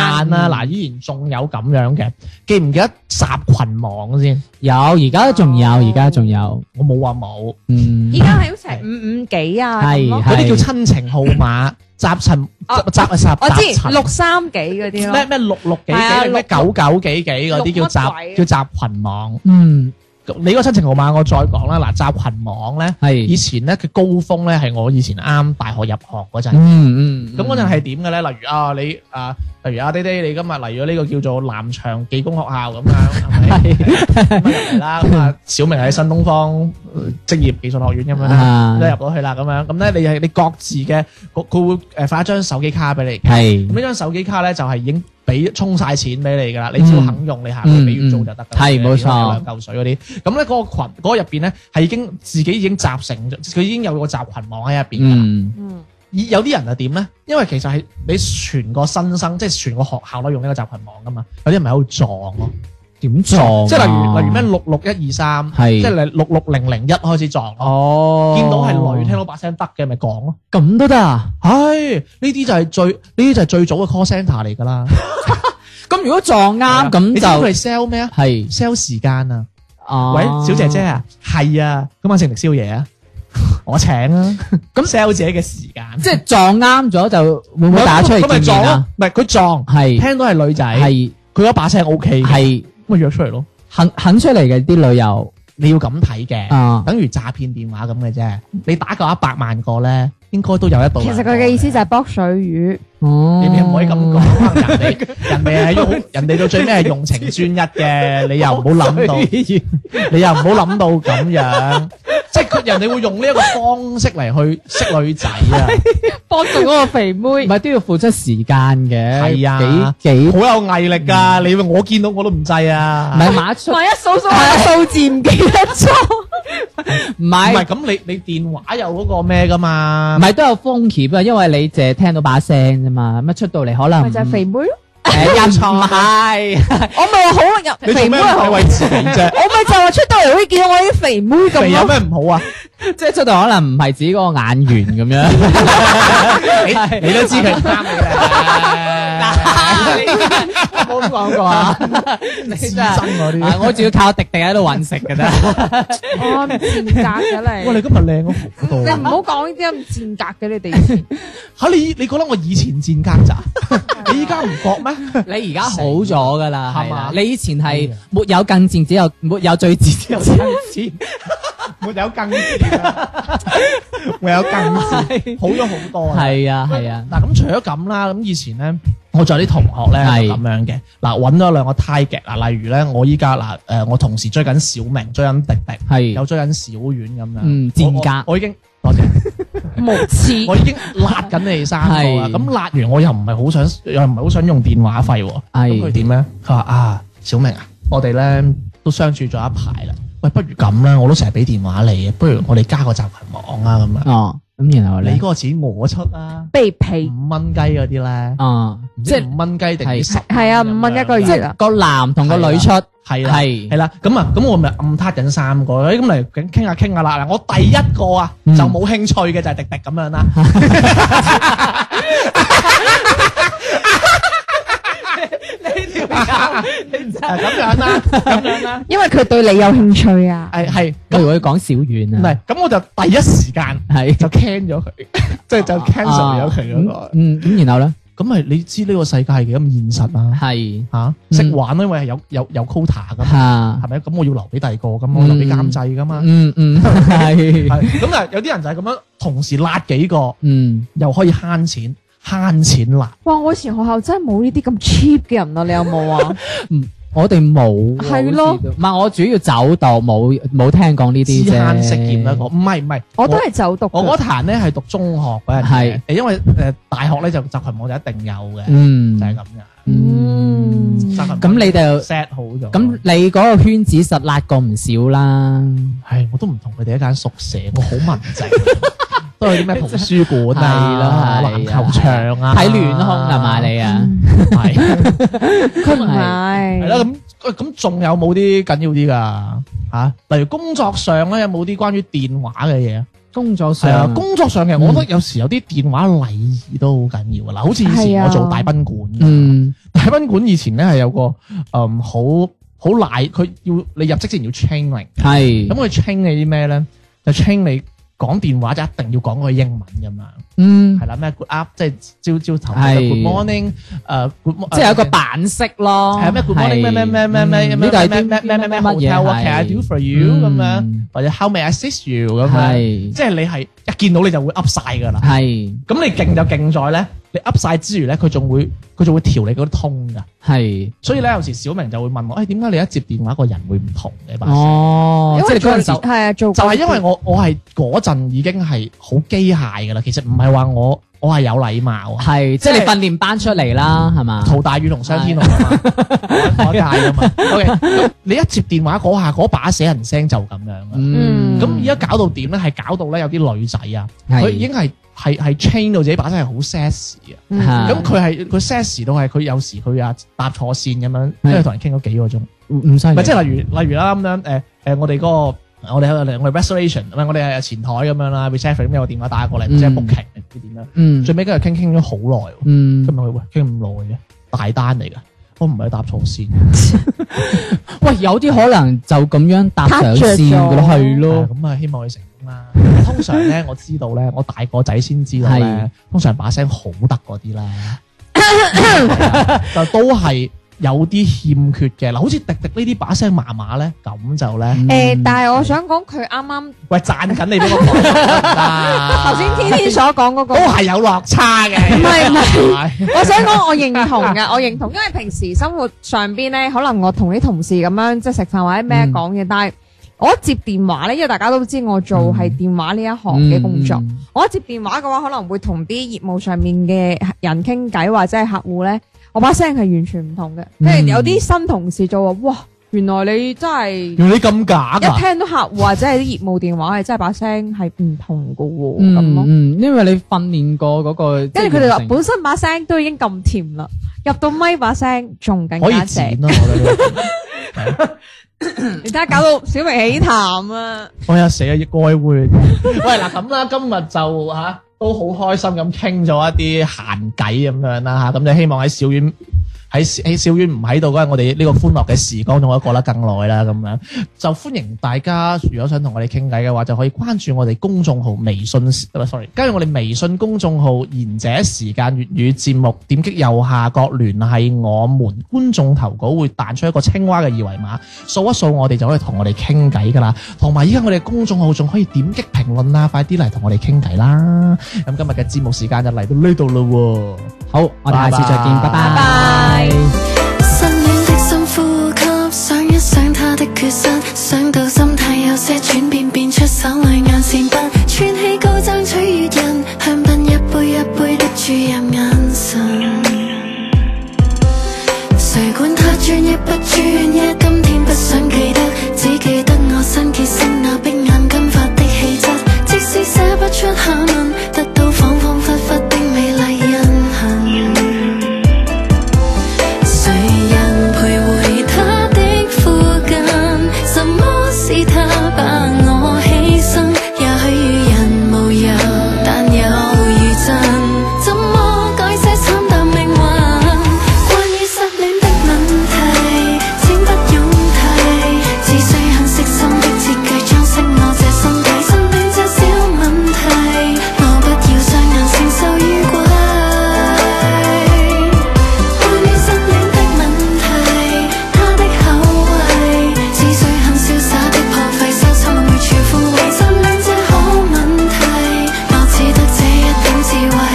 [SPEAKER 1] 嗱依然仲有咁樣嘅，記唔記得集群網先？
[SPEAKER 2] 有，而家仲有，而家仲有，
[SPEAKER 1] 我冇話冇，
[SPEAKER 2] 嗯
[SPEAKER 3] 依，家係好似係五五幾啊，
[SPEAKER 2] 係
[SPEAKER 3] 咁咯
[SPEAKER 2] 係
[SPEAKER 1] 嗰啲叫親情號
[SPEAKER 3] (laughs)
[SPEAKER 1] 碼，集群
[SPEAKER 3] 哦
[SPEAKER 1] 集集集
[SPEAKER 3] 我
[SPEAKER 1] 集
[SPEAKER 3] 知
[SPEAKER 1] 群
[SPEAKER 3] 六三幾嗰啲
[SPEAKER 1] 咩
[SPEAKER 3] 咯，
[SPEAKER 1] 咩六六幾
[SPEAKER 3] 係啊
[SPEAKER 1] 幾，咩九九幾幾嗰啲
[SPEAKER 3] 六
[SPEAKER 1] 叫
[SPEAKER 3] 乜
[SPEAKER 1] 集
[SPEAKER 3] 鬼啊
[SPEAKER 1] 叫集群網。
[SPEAKER 2] 嗯，
[SPEAKER 1] 你個親情號碼我再講啦，嗱集群網咧，以
[SPEAKER 2] 係，
[SPEAKER 1] 前咧佢高峰咧係我以前啱大學入學嗰陣。
[SPEAKER 2] 嗯嗯，
[SPEAKER 1] 咁嗰陣係點嘅咧？例如啊，你啊，例如啊，爹爹，你今日嚟咗呢個叫做南翔技工學校咁樣，係
[SPEAKER 3] (laughs)
[SPEAKER 1] 咪？咁啊入嚟啦，
[SPEAKER 2] (laughs)
[SPEAKER 1] 咁啊，小明喺新東方呃職業技術學院咁樣啦，
[SPEAKER 2] 啊
[SPEAKER 1] 都入到去啦，咁樣，咁咧你係你各自嘅，佢佢會呃誒發一張手機卡俾 (laughs) 你嘅，
[SPEAKER 2] 係
[SPEAKER 1] 咁呢張手機卡咧就係已經俾充晒錢俾你噶啦，你只要肯用，你下個月俾月租就得噶啦，
[SPEAKER 2] 嗯嗯嗯嗯係冇錯
[SPEAKER 1] 兩嚿水嗰啲，咁咧嗰個群嗰個入邊咧係已經自己已經集成咗，佢已經有個集群網喺入邊㗎啦。
[SPEAKER 2] 嗯，
[SPEAKER 3] 嗯，
[SPEAKER 1] 而有啲人係點咧？因為其實係你全個新生，即係全個學校都用呢個集群網噶嘛，有啲人咪喺度撞咯，
[SPEAKER 2] 點撞啊？
[SPEAKER 1] 即係例如例如咩六六一二三，
[SPEAKER 2] 係
[SPEAKER 1] 即係你六六零零一開始撞咯，
[SPEAKER 2] 哦，
[SPEAKER 1] 見到係女聽到把聲得嘅咪講咯，
[SPEAKER 2] 咁都得啊？
[SPEAKER 1] 唉，呢啲就係最呢啲就係最早嘅 call centre 嚟㗎 (laughs) 啦，
[SPEAKER 2] 咁如果撞啱
[SPEAKER 1] 你
[SPEAKER 2] 咁
[SPEAKER 1] 知佢
[SPEAKER 2] 就
[SPEAKER 1] 哋 sell 咩啊
[SPEAKER 2] 係，
[SPEAKER 1] ？sell 時間啊，
[SPEAKER 2] 哦
[SPEAKER 1] 喂，小姐姐，啊，係啊，今晚食唔食宵夜 (laughs) 啊？我請啊，咁 sell 自己嘅時間，
[SPEAKER 2] 即係撞啱咗就會唔會打出
[SPEAKER 1] 咁
[SPEAKER 2] 嚟
[SPEAKER 1] 咪
[SPEAKER 2] 見
[SPEAKER 1] 撞
[SPEAKER 2] 面
[SPEAKER 1] 咯
[SPEAKER 2] 啊？，
[SPEAKER 1] 唔係佢撞，
[SPEAKER 2] 係
[SPEAKER 1] 聽到係女仔，
[SPEAKER 2] 係
[SPEAKER 1] 佢嗰把聲 O K 嘅。
[SPEAKER 2] 係
[SPEAKER 1] 咁咪約出嚟咯。
[SPEAKER 2] 肯肯出嚟嘅啲旅遊
[SPEAKER 1] 你要咁睇嘅，
[SPEAKER 2] 啊，
[SPEAKER 1] 等於詐騙電話咁嘅啫。你打夠一百萬個咧，應該都有一度。
[SPEAKER 3] 其實佢嘅意思就係卜水魚，
[SPEAKER 2] 哦，
[SPEAKER 1] 你你唔可以咁講，可能人哋人哋係用，人哋到最尾係用情專一嘅，你又唔好諗到，你又唔好諗到咁樣。即係佢人哋會用呢一個方式嚟去識女仔啊，
[SPEAKER 3] 幫到嗰個肥妹，
[SPEAKER 2] 唔係都要付出時間嘅，
[SPEAKER 1] 係啊
[SPEAKER 2] 幾幾唔
[SPEAKER 1] 好有毅力㗎。你我見到我都唔制啊。
[SPEAKER 2] 係馬出，唔
[SPEAKER 3] 萬一數數下數字唔記得咗，
[SPEAKER 1] 唔係
[SPEAKER 2] 係
[SPEAKER 1] 咁，你你電話有嗰個咩㗎嘛
[SPEAKER 2] 唔？係都有風險啊，因為你淨係聽到把聲啫嘛，咁一出到嚟可能
[SPEAKER 3] 咪就係肥妹咯。
[SPEAKER 2] 誒
[SPEAKER 3] (laughs)
[SPEAKER 2] 又唔係，
[SPEAKER 3] 我咪話好啦，
[SPEAKER 1] 你做
[SPEAKER 3] 肥妹
[SPEAKER 1] 咩唔
[SPEAKER 3] 好，啊
[SPEAKER 1] 係
[SPEAKER 3] 我
[SPEAKER 1] 為自己啫？
[SPEAKER 3] 咪就話出到嚟會見到我啲肥妹
[SPEAKER 1] 肥
[SPEAKER 3] 咁咯。
[SPEAKER 1] 有咩唔好啊？
[SPEAKER 2] (laughs) 即係出到可能唔係自己嗰個眼緣咁樣。
[SPEAKER 1] 你你都知佢唔啱你
[SPEAKER 2] (laughs)
[SPEAKER 1] 啦。 (laughs)
[SPEAKER 2] 冇咁講過啊！你真係，
[SPEAKER 1] 嗰
[SPEAKER 2] 啊我仲要靠迪迪喺度揾食
[SPEAKER 1] (laughs)
[SPEAKER 2] 嘅啫。
[SPEAKER 3] 我咁賤格嘅
[SPEAKER 1] 哇！
[SPEAKER 3] 你
[SPEAKER 1] 你，今日靚咗
[SPEAKER 2] (laughs)
[SPEAKER 1] 好
[SPEAKER 3] 你嗯唔
[SPEAKER 1] 多。
[SPEAKER 3] 好講呢啲咁賤格嘅你
[SPEAKER 1] (laughs)
[SPEAKER 3] 哋。
[SPEAKER 1] 嚇你你覺得我以前賤格
[SPEAKER 2] (laughs)
[SPEAKER 1] 咋？你依家唔覺咩？
[SPEAKER 2] 你而家好咗噶啦，係
[SPEAKER 1] 係嘛
[SPEAKER 2] 嘛？你以前係
[SPEAKER 1] 哎呀
[SPEAKER 2] 沒有更賤，只有沒有最賤，只有更
[SPEAKER 1] (laughs)
[SPEAKER 2] 賤。
[SPEAKER 1] 沒有更賤，沒有
[SPEAKER 2] (laughs)
[SPEAKER 1] 更賤，好咗好多啊！
[SPEAKER 2] 啊係啊，係啊，
[SPEAKER 1] 嗱，咁除咗咁啦，咁以前咧，我仲有啲同學咧
[SPEAKER 2] 係
[SPEAKER 1] 係咁樣嘅。嗱，揾咗兩個 target 嗱，例如咧，我依家嗱誒，我同時追緊小明，追緊迪迪，
[SPEAKER 2] 係
[SPEAKER 1] 有追緊小遠咁樣。
[SPEAKER 2] 嗯賤格
[SPEAKER 1] 我我我已經多謝。
[SPEAKER 3] 無恥，
[SPEAKER 1] 我已經辣緊你哋三個
[SPEAKER 2] (laughs)
[SPEAKER 1] 啦，
[SPEAKER 2] 係
[SPEAKER 1] 咁辣完我又唔係好想，又唔係好想用電話費喎。咁佢
[SPEAKER 2] 係
[SPEAKER 1] 點咧？佢話啊，小明啊，我哋咧都相處咗一排啦。喂，不如咁啦，我都成日俾電話你嘅，不如我哋加個集群網啊咁啊。
[SPEAKER 2] 哦。咁然後
[SPEAKER 1] 你
[SPEAKER 2] 你
[SPEAKER 1] 嗰個錢我出啦，
[SPEAKER 3] 卑鄙。
[SPEAKER 1] 五蚊雞嗰啲咧，
[SPEAKER 2] 啊，
[SPEAKER 1] 唔
[SPEAKER 2] 即
[SPEAKER 1] 知
[SPEAKER 2] 係
[SPEAKER 1] 五蚊雞定唔知
[SPEAKER 2] 係
[SPEAKER 1] 十
[SPEAKER 3] 係啊，五蚊一個
[SPEAKER 1] 即
[SPEAKER 3] 月啊，
[SPEAKER 2] 個男同個女出
[SPEAKER 1] 係啦。係
[SPEAKER 2] 係
[SPEAKER 1] 啦，咁啊，咁我咪暗撻緊三個，誒咁嚟緊傾下傾下啦。嗱，我第一個啊就
[SPEAKER 2] 嗯
[SPEAKER 1] 冇興趣嘅就係迪迪咁 (laughs) 樣啦。你條友啊咁樣啦，咁樣啦，
[SPEAKER 3] 因為佢對你有興趣啊。
[SPEAKER 1] 係係
[SPEAKER 2] 我
[SPEAKER 1] 咁
[SPEAKER 2] 如果講小遠
[SPEAKER 1] 唔係
[SPEAKER 2] 啊，
[SPEAKER 1] 咁我就第一時間
[SPEAKER 2] 係
[SPEAKER 1] 就 can 咗佢， (laughs) 即係就
[SPEAKER 2] Ờ,
[SPEAKER 1] cancel 咗佢
[SPEAKER 2] ừ,
[SPEAKER 1] 嗰個。
[SPEAKER 2] 嗯咁然後咧
[SPEAKER 1] 咁咪你知呢個世界係幾咁現實啊？
[SPEAKER 2] 係
[SPEAKER 1] 嚇識玩，因為係有有有 quota 噶嘛，
[SPEAKER 2] 嚇
[SPEAKER 1] 係咪？咁我要留俾第二個，咁我留俾監製噶嘛。
[SPEAKER 2] 嗯嗯係
[SPEAKER 1] 係咁啊，有啲人就係咁樣，同時辣幾個，
[SPEAKER 2] 嗯
[SPEAKER 1] 又可以慳錢，慳錢辣。
[SPEAKER 3] 哇！我以前學校真係冇呢啲咁 cheap 嘅人啊，你有冇啊？
[SPEAKER 2] 我哋冇喎
[SPEAKER 3] 係咯
[SPEAKER 2] 好似都唔係我主要走道冇冇聽講呢
[SPEAKER 1] 知
[SPEAKER 2] 啲啫，
[SPEAKER 1] 慳識儉啦， (laughs) 我唔係唔係，
[SPEAKER 3] 我都係走讀
[SPEAKER 1] 我
[SPEAKER 3] 嘅
[SPEAKER 1] 我嗰壇咧係讀中學嗰陣嘅
[SPEAKER 2] 係，
[SPEAKER 1] 因為誒大學咧就集群網就一定有嘅，
[SPEAKER 2] 嗯
[SPEAKER 1] 就係咁樣。
[SPEAKER 2] Ừ. 嗯，
[SPEAKER 1] 集群網
[SPEAKER 2] 咁你就
[SPEAKER 1] set 好咗，
[SPEAKER 2] 咁你嗰個圈子實辣過唔少啦，
[SPEAKER 1] 唉，我都唔同佢哋一間宿舍，我好文
[SPEAKER 2] (laughs)
[SPEAKER 1] 靜，都係啲咩圖書館啊、
[SPEAKER 2] 係
[SPEAKER 1] 籃
[SPEAKER 2] 啦係啊
[SPEAKER 1] 球場啊，
[SPEAKER 2] 睇亂空係咪你啊？
[SPEAKER 1] 係
[SPEAKER 3] 佢唔
[SPEAKER 1] 係
[SPEAKER 3] 係
[SPEAKER 1] 啦，咁喂咁仲有冇啲緊要啲㗎？嚇、例如工作上咧，有冇啲關於電話嘅嘢啊？
[SPEAKER 2] 工作
[SPEAKER 1] 係啊，
[SPEAKER 2] 上
[SPEAKER 1] 工作上
[SPEAKER 2] 嗯
[SPEAKER 1] 嘅，我覺得有時有啲電話禮儀都好緊要啊！嗱，好似以
[SPEAKER 3] 係
[SPEAKER 1] 前
[SPEAKER 3] 啊
[SPEAKER 1] 我做大賓館，
[SPEAKER 2] 嗯
[SPEAKER 1] 大賓館以前咧係有個嗯好好賴，佢要你入職之前要 training，
[SPEAKER 2] 係
[SPEAKER 1] 咁佢 train 你啲咩咧？就 train 你講電話就一定要講個英文咁樣，
[SPEAKER 2] 嗯
[SPEAKER 1] 係啦咩 good up，即係朝朝頭
[SPEAKER 2] 係
[SPEAKER 1] 就 good morning，誒 good mo-
[SPEAKER 2] 即係有一個
[SPEAKER 1] 誒
[SPEAKER 2] 版式咯，
[SPEAKER 1] 係咩 good morning 咩咩咩咩咩
[SPEAKER 2] 嗯呢度係
[SPEAKER 1] 咩
[SPEAKER 2] 啲
[SPEAKER 1] 咩咩咩咩
[SPEAKER 2] 乜嘢
[SPEAKER 1] hotel what can I
[SPEAKER 2] 係
[SPEAKER 1] do for you 咁樣，
[SPEAKER 2] 嗯
[SPEAKER 1] 或者 how may I assist you 咁樣。
[SPEAKER 2] 係
[SPEAKER 1] 即係你係一見到你就會噏晒㗎啦。
[SPEAKER 2] 係
[SPEAKER 1] 咁你勁就勁在咧，你噏晒之餘咧，佢仲會佢仲會調你嗰啲通㗎。
[SPEAKER 2] 係
[SPEAKER 1] 所以咧，有時小明就會問我：，誒哎點解你一接電話個人會唔同嘅把聲？
[SPEAKER 2] 哦，即係嗰陣時
[SPEAKER 3] 系啊，做
[SPEAKER 1] 就係因為我我係嗰陣已經係好機械㗎啦。其實唔係話我我係有禮貌啊，
[SPEAKER 2] 係即係你
[SPEAKER 1] 即係
[SPEAKER 2] 訓練班出嚟啦，係嘛？
[SPEAKER 1] 陶大宇同雙天龍啊嘛，我一屆
[SPEAKER 2] (laughs)
[SPEAKER 1] 㗎嘛。OK，咁你一接電話嗰下嗰把死人聲就咁樣啊。
[SPEAKER 2] 嗯，
[SPEAKER 1] 咁而家搞到點咧？係搞到咧有啲女仔啊，
[SPEAKER 2] 係
[SPEAKER 1] 佢已經係係係 train 到自己把聲係好 sexy 啊。
[SPEAKER 2] 嚇
[SPEAKER 1] 咁佢係佢 sales 都係佢有時佢啊搭錯線咁樣，
[SPEAKER 2] 係
[SPEAKER 1] 跟住同人傾咗幾個鐘。唔
[SPEAKER 2] 唔唔犀利，
[SPEAKER 1] 係即係例如例如啦咁樣誒誒，我哋嗰個我哋喺我哋 restoration，唔係我哋係前台咁樣啦，reception 咁有個電話打過嚟，
[SPEAKER 2] 嗯
[SPEAKER 1] 即係 booking 唔知點樣。
[SPEAKER 2] 嗯
[SPEAKER 1] 最尾跟住傾傾咗好耐喎，
[SPEAKER 2] 嗯
[SPEAKER 1] 咁咪喂傾咁耐嘅大單嚟㗎，我唔係搭錯線，
[SPEAKER 2] 喂，有啲可能就咁樣搭上線噶咯，
[SPEAKER 3] 撻着咗
[SPEAKER 2] 係
[SPEAKER 1] 啊
[SPEAKER 2] 咯，
[SPEAKER 1] 咁啊希望佢成功啦。通常咧我知道咧，我大個仔先知道咧
[SPEAKER 2] 係，
[SPEAKER 1] 通常把聲好得嗰啲咧。
[SPEAKER 3] (coughs)
[SPEAKER 1] 就都係有啲欠缺嘅。嗱，好似迪迪呢啲把聲麻麻咧，咁就咧，
[SPEAKER 2] Ừ.
[SPEAKER 3] 诶，誒但係我想講佢啱啱
[SPEAKER 1] 喂讚緊你俾我講啦。
[SPEAKER 3] 頭先天天所講嗰個，
[SPEAKER 1] 啊都係有落差嘅，唔
[SPEAKER 3] 係唔
[SPEAKER 1] 係，
[SPEAKER 3] 我想講我認同嘅， (laughs) 我認同，因為平時生活上邊咧，可能我同啲同事咁樣即係食飯或者咩
[SPEAKER 2] 嗯
[SPEAKER 3] 講嘢，但係我一接電話咧，因為大家都知我做係電話呢一行
[SPEAKER 2] 嗯
[SPEAKER 3] 嘅工作。
[SPEAKER 2] 嗯
[SPEAKER 3] 我一接電話嘅話，可能會同啲業務上面嘅人傾偈或者係客戶咧，我把聲係完全唔同嘅。
[SPEAKER 2] 嗯
[SPEAKER 3] 譬如有啲新同事做話，哇，原來你真係一
[SPEAKER 1] 原來你咁假㗎，
[SPEAKER 3] 聽到客戶或者係啲業務電話，係真係把聲係唔同嘅喎咁
[SPEAKER 2] 嗯
[SPEAKER 3] 咯。
[SPEAKER 2] 嗯，因為你訓練過嗰個，
[SPEAKER 3] 跟住佢哋話本身把聲都已經咁甜啦，入到咪把聲仲更
[SPEAKER 1] 可以
[SPEAKER 3] 加
[SPEAKER 1] 剪
[SPEAKER 3] 正。
[SPEAKER 1] 咯，我覺得。
[SPEAKER 3] 你睇下搞到小明起痰啊！
[SPEAKER 1] 我有死啊，要開會。喂，嗱咁啦，啊今日就嚇都好開心咁傾咗一啲閒偈咁樣啦嚇，咁就希望喺小院。喺喺小院唔喺度嗰陣，我哋呢個歡樂嘅時光仲可以過得更耐啦，咁樣就歡迎大家，如果想同我哋傾偈嘅話，就可以關注我哋公眾號微信，唔係 sorry，加入我哋微信公眾號《賢者時間粵語節目》，點擊右下角聯繫我們，觀眾投稿會彈出一個青蛙嘅二維碼，掃一掃我哋就可以同我哋傾偈噶啦。同埋依家我哋公眾號仲可以點擊評論啦，快啲嚟同我哋傾偈啦。咁今日嘅節目時間就嚟到呢度咯喎。
[SPEAKER 2] 好，我哋下次再見，
[SPEAKER 1] 拜
[SPEAKER 2] 拜
[SPEAKER 1] 拜
[SPEAKER 3] 拜拜。
[SPEAKER 4] 身影的深呼吸，想一想他的缺失，想到心態有些轉變，變出手裏眼線筆，穿起高踭取悦人，香檳一杯一杯的注入眼神。谁管他專一不專一，今天不想記得，只記得我新結識那碧眼金髮的氣質。即使寫不出下文，得到彷彷惚惚的美麗印痕。誰人徘徊他的附近？什麼是他把我犧牲？也許與人無尤，但有餘震。怎麼改寫慘淡命運？關於失戀的問題，請不用提，只需很悉心的設計，裝飾我這身體。身邊這小問題，我不要雙眼承受於歸。關於失戀的問題，他的口味，只需很瀟灑的破費，收藏每處枯萎。失戀這好問題，我只得這一點智慧，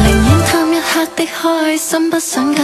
[SPEAKER 4] 寧願貪一刻的開心，不想計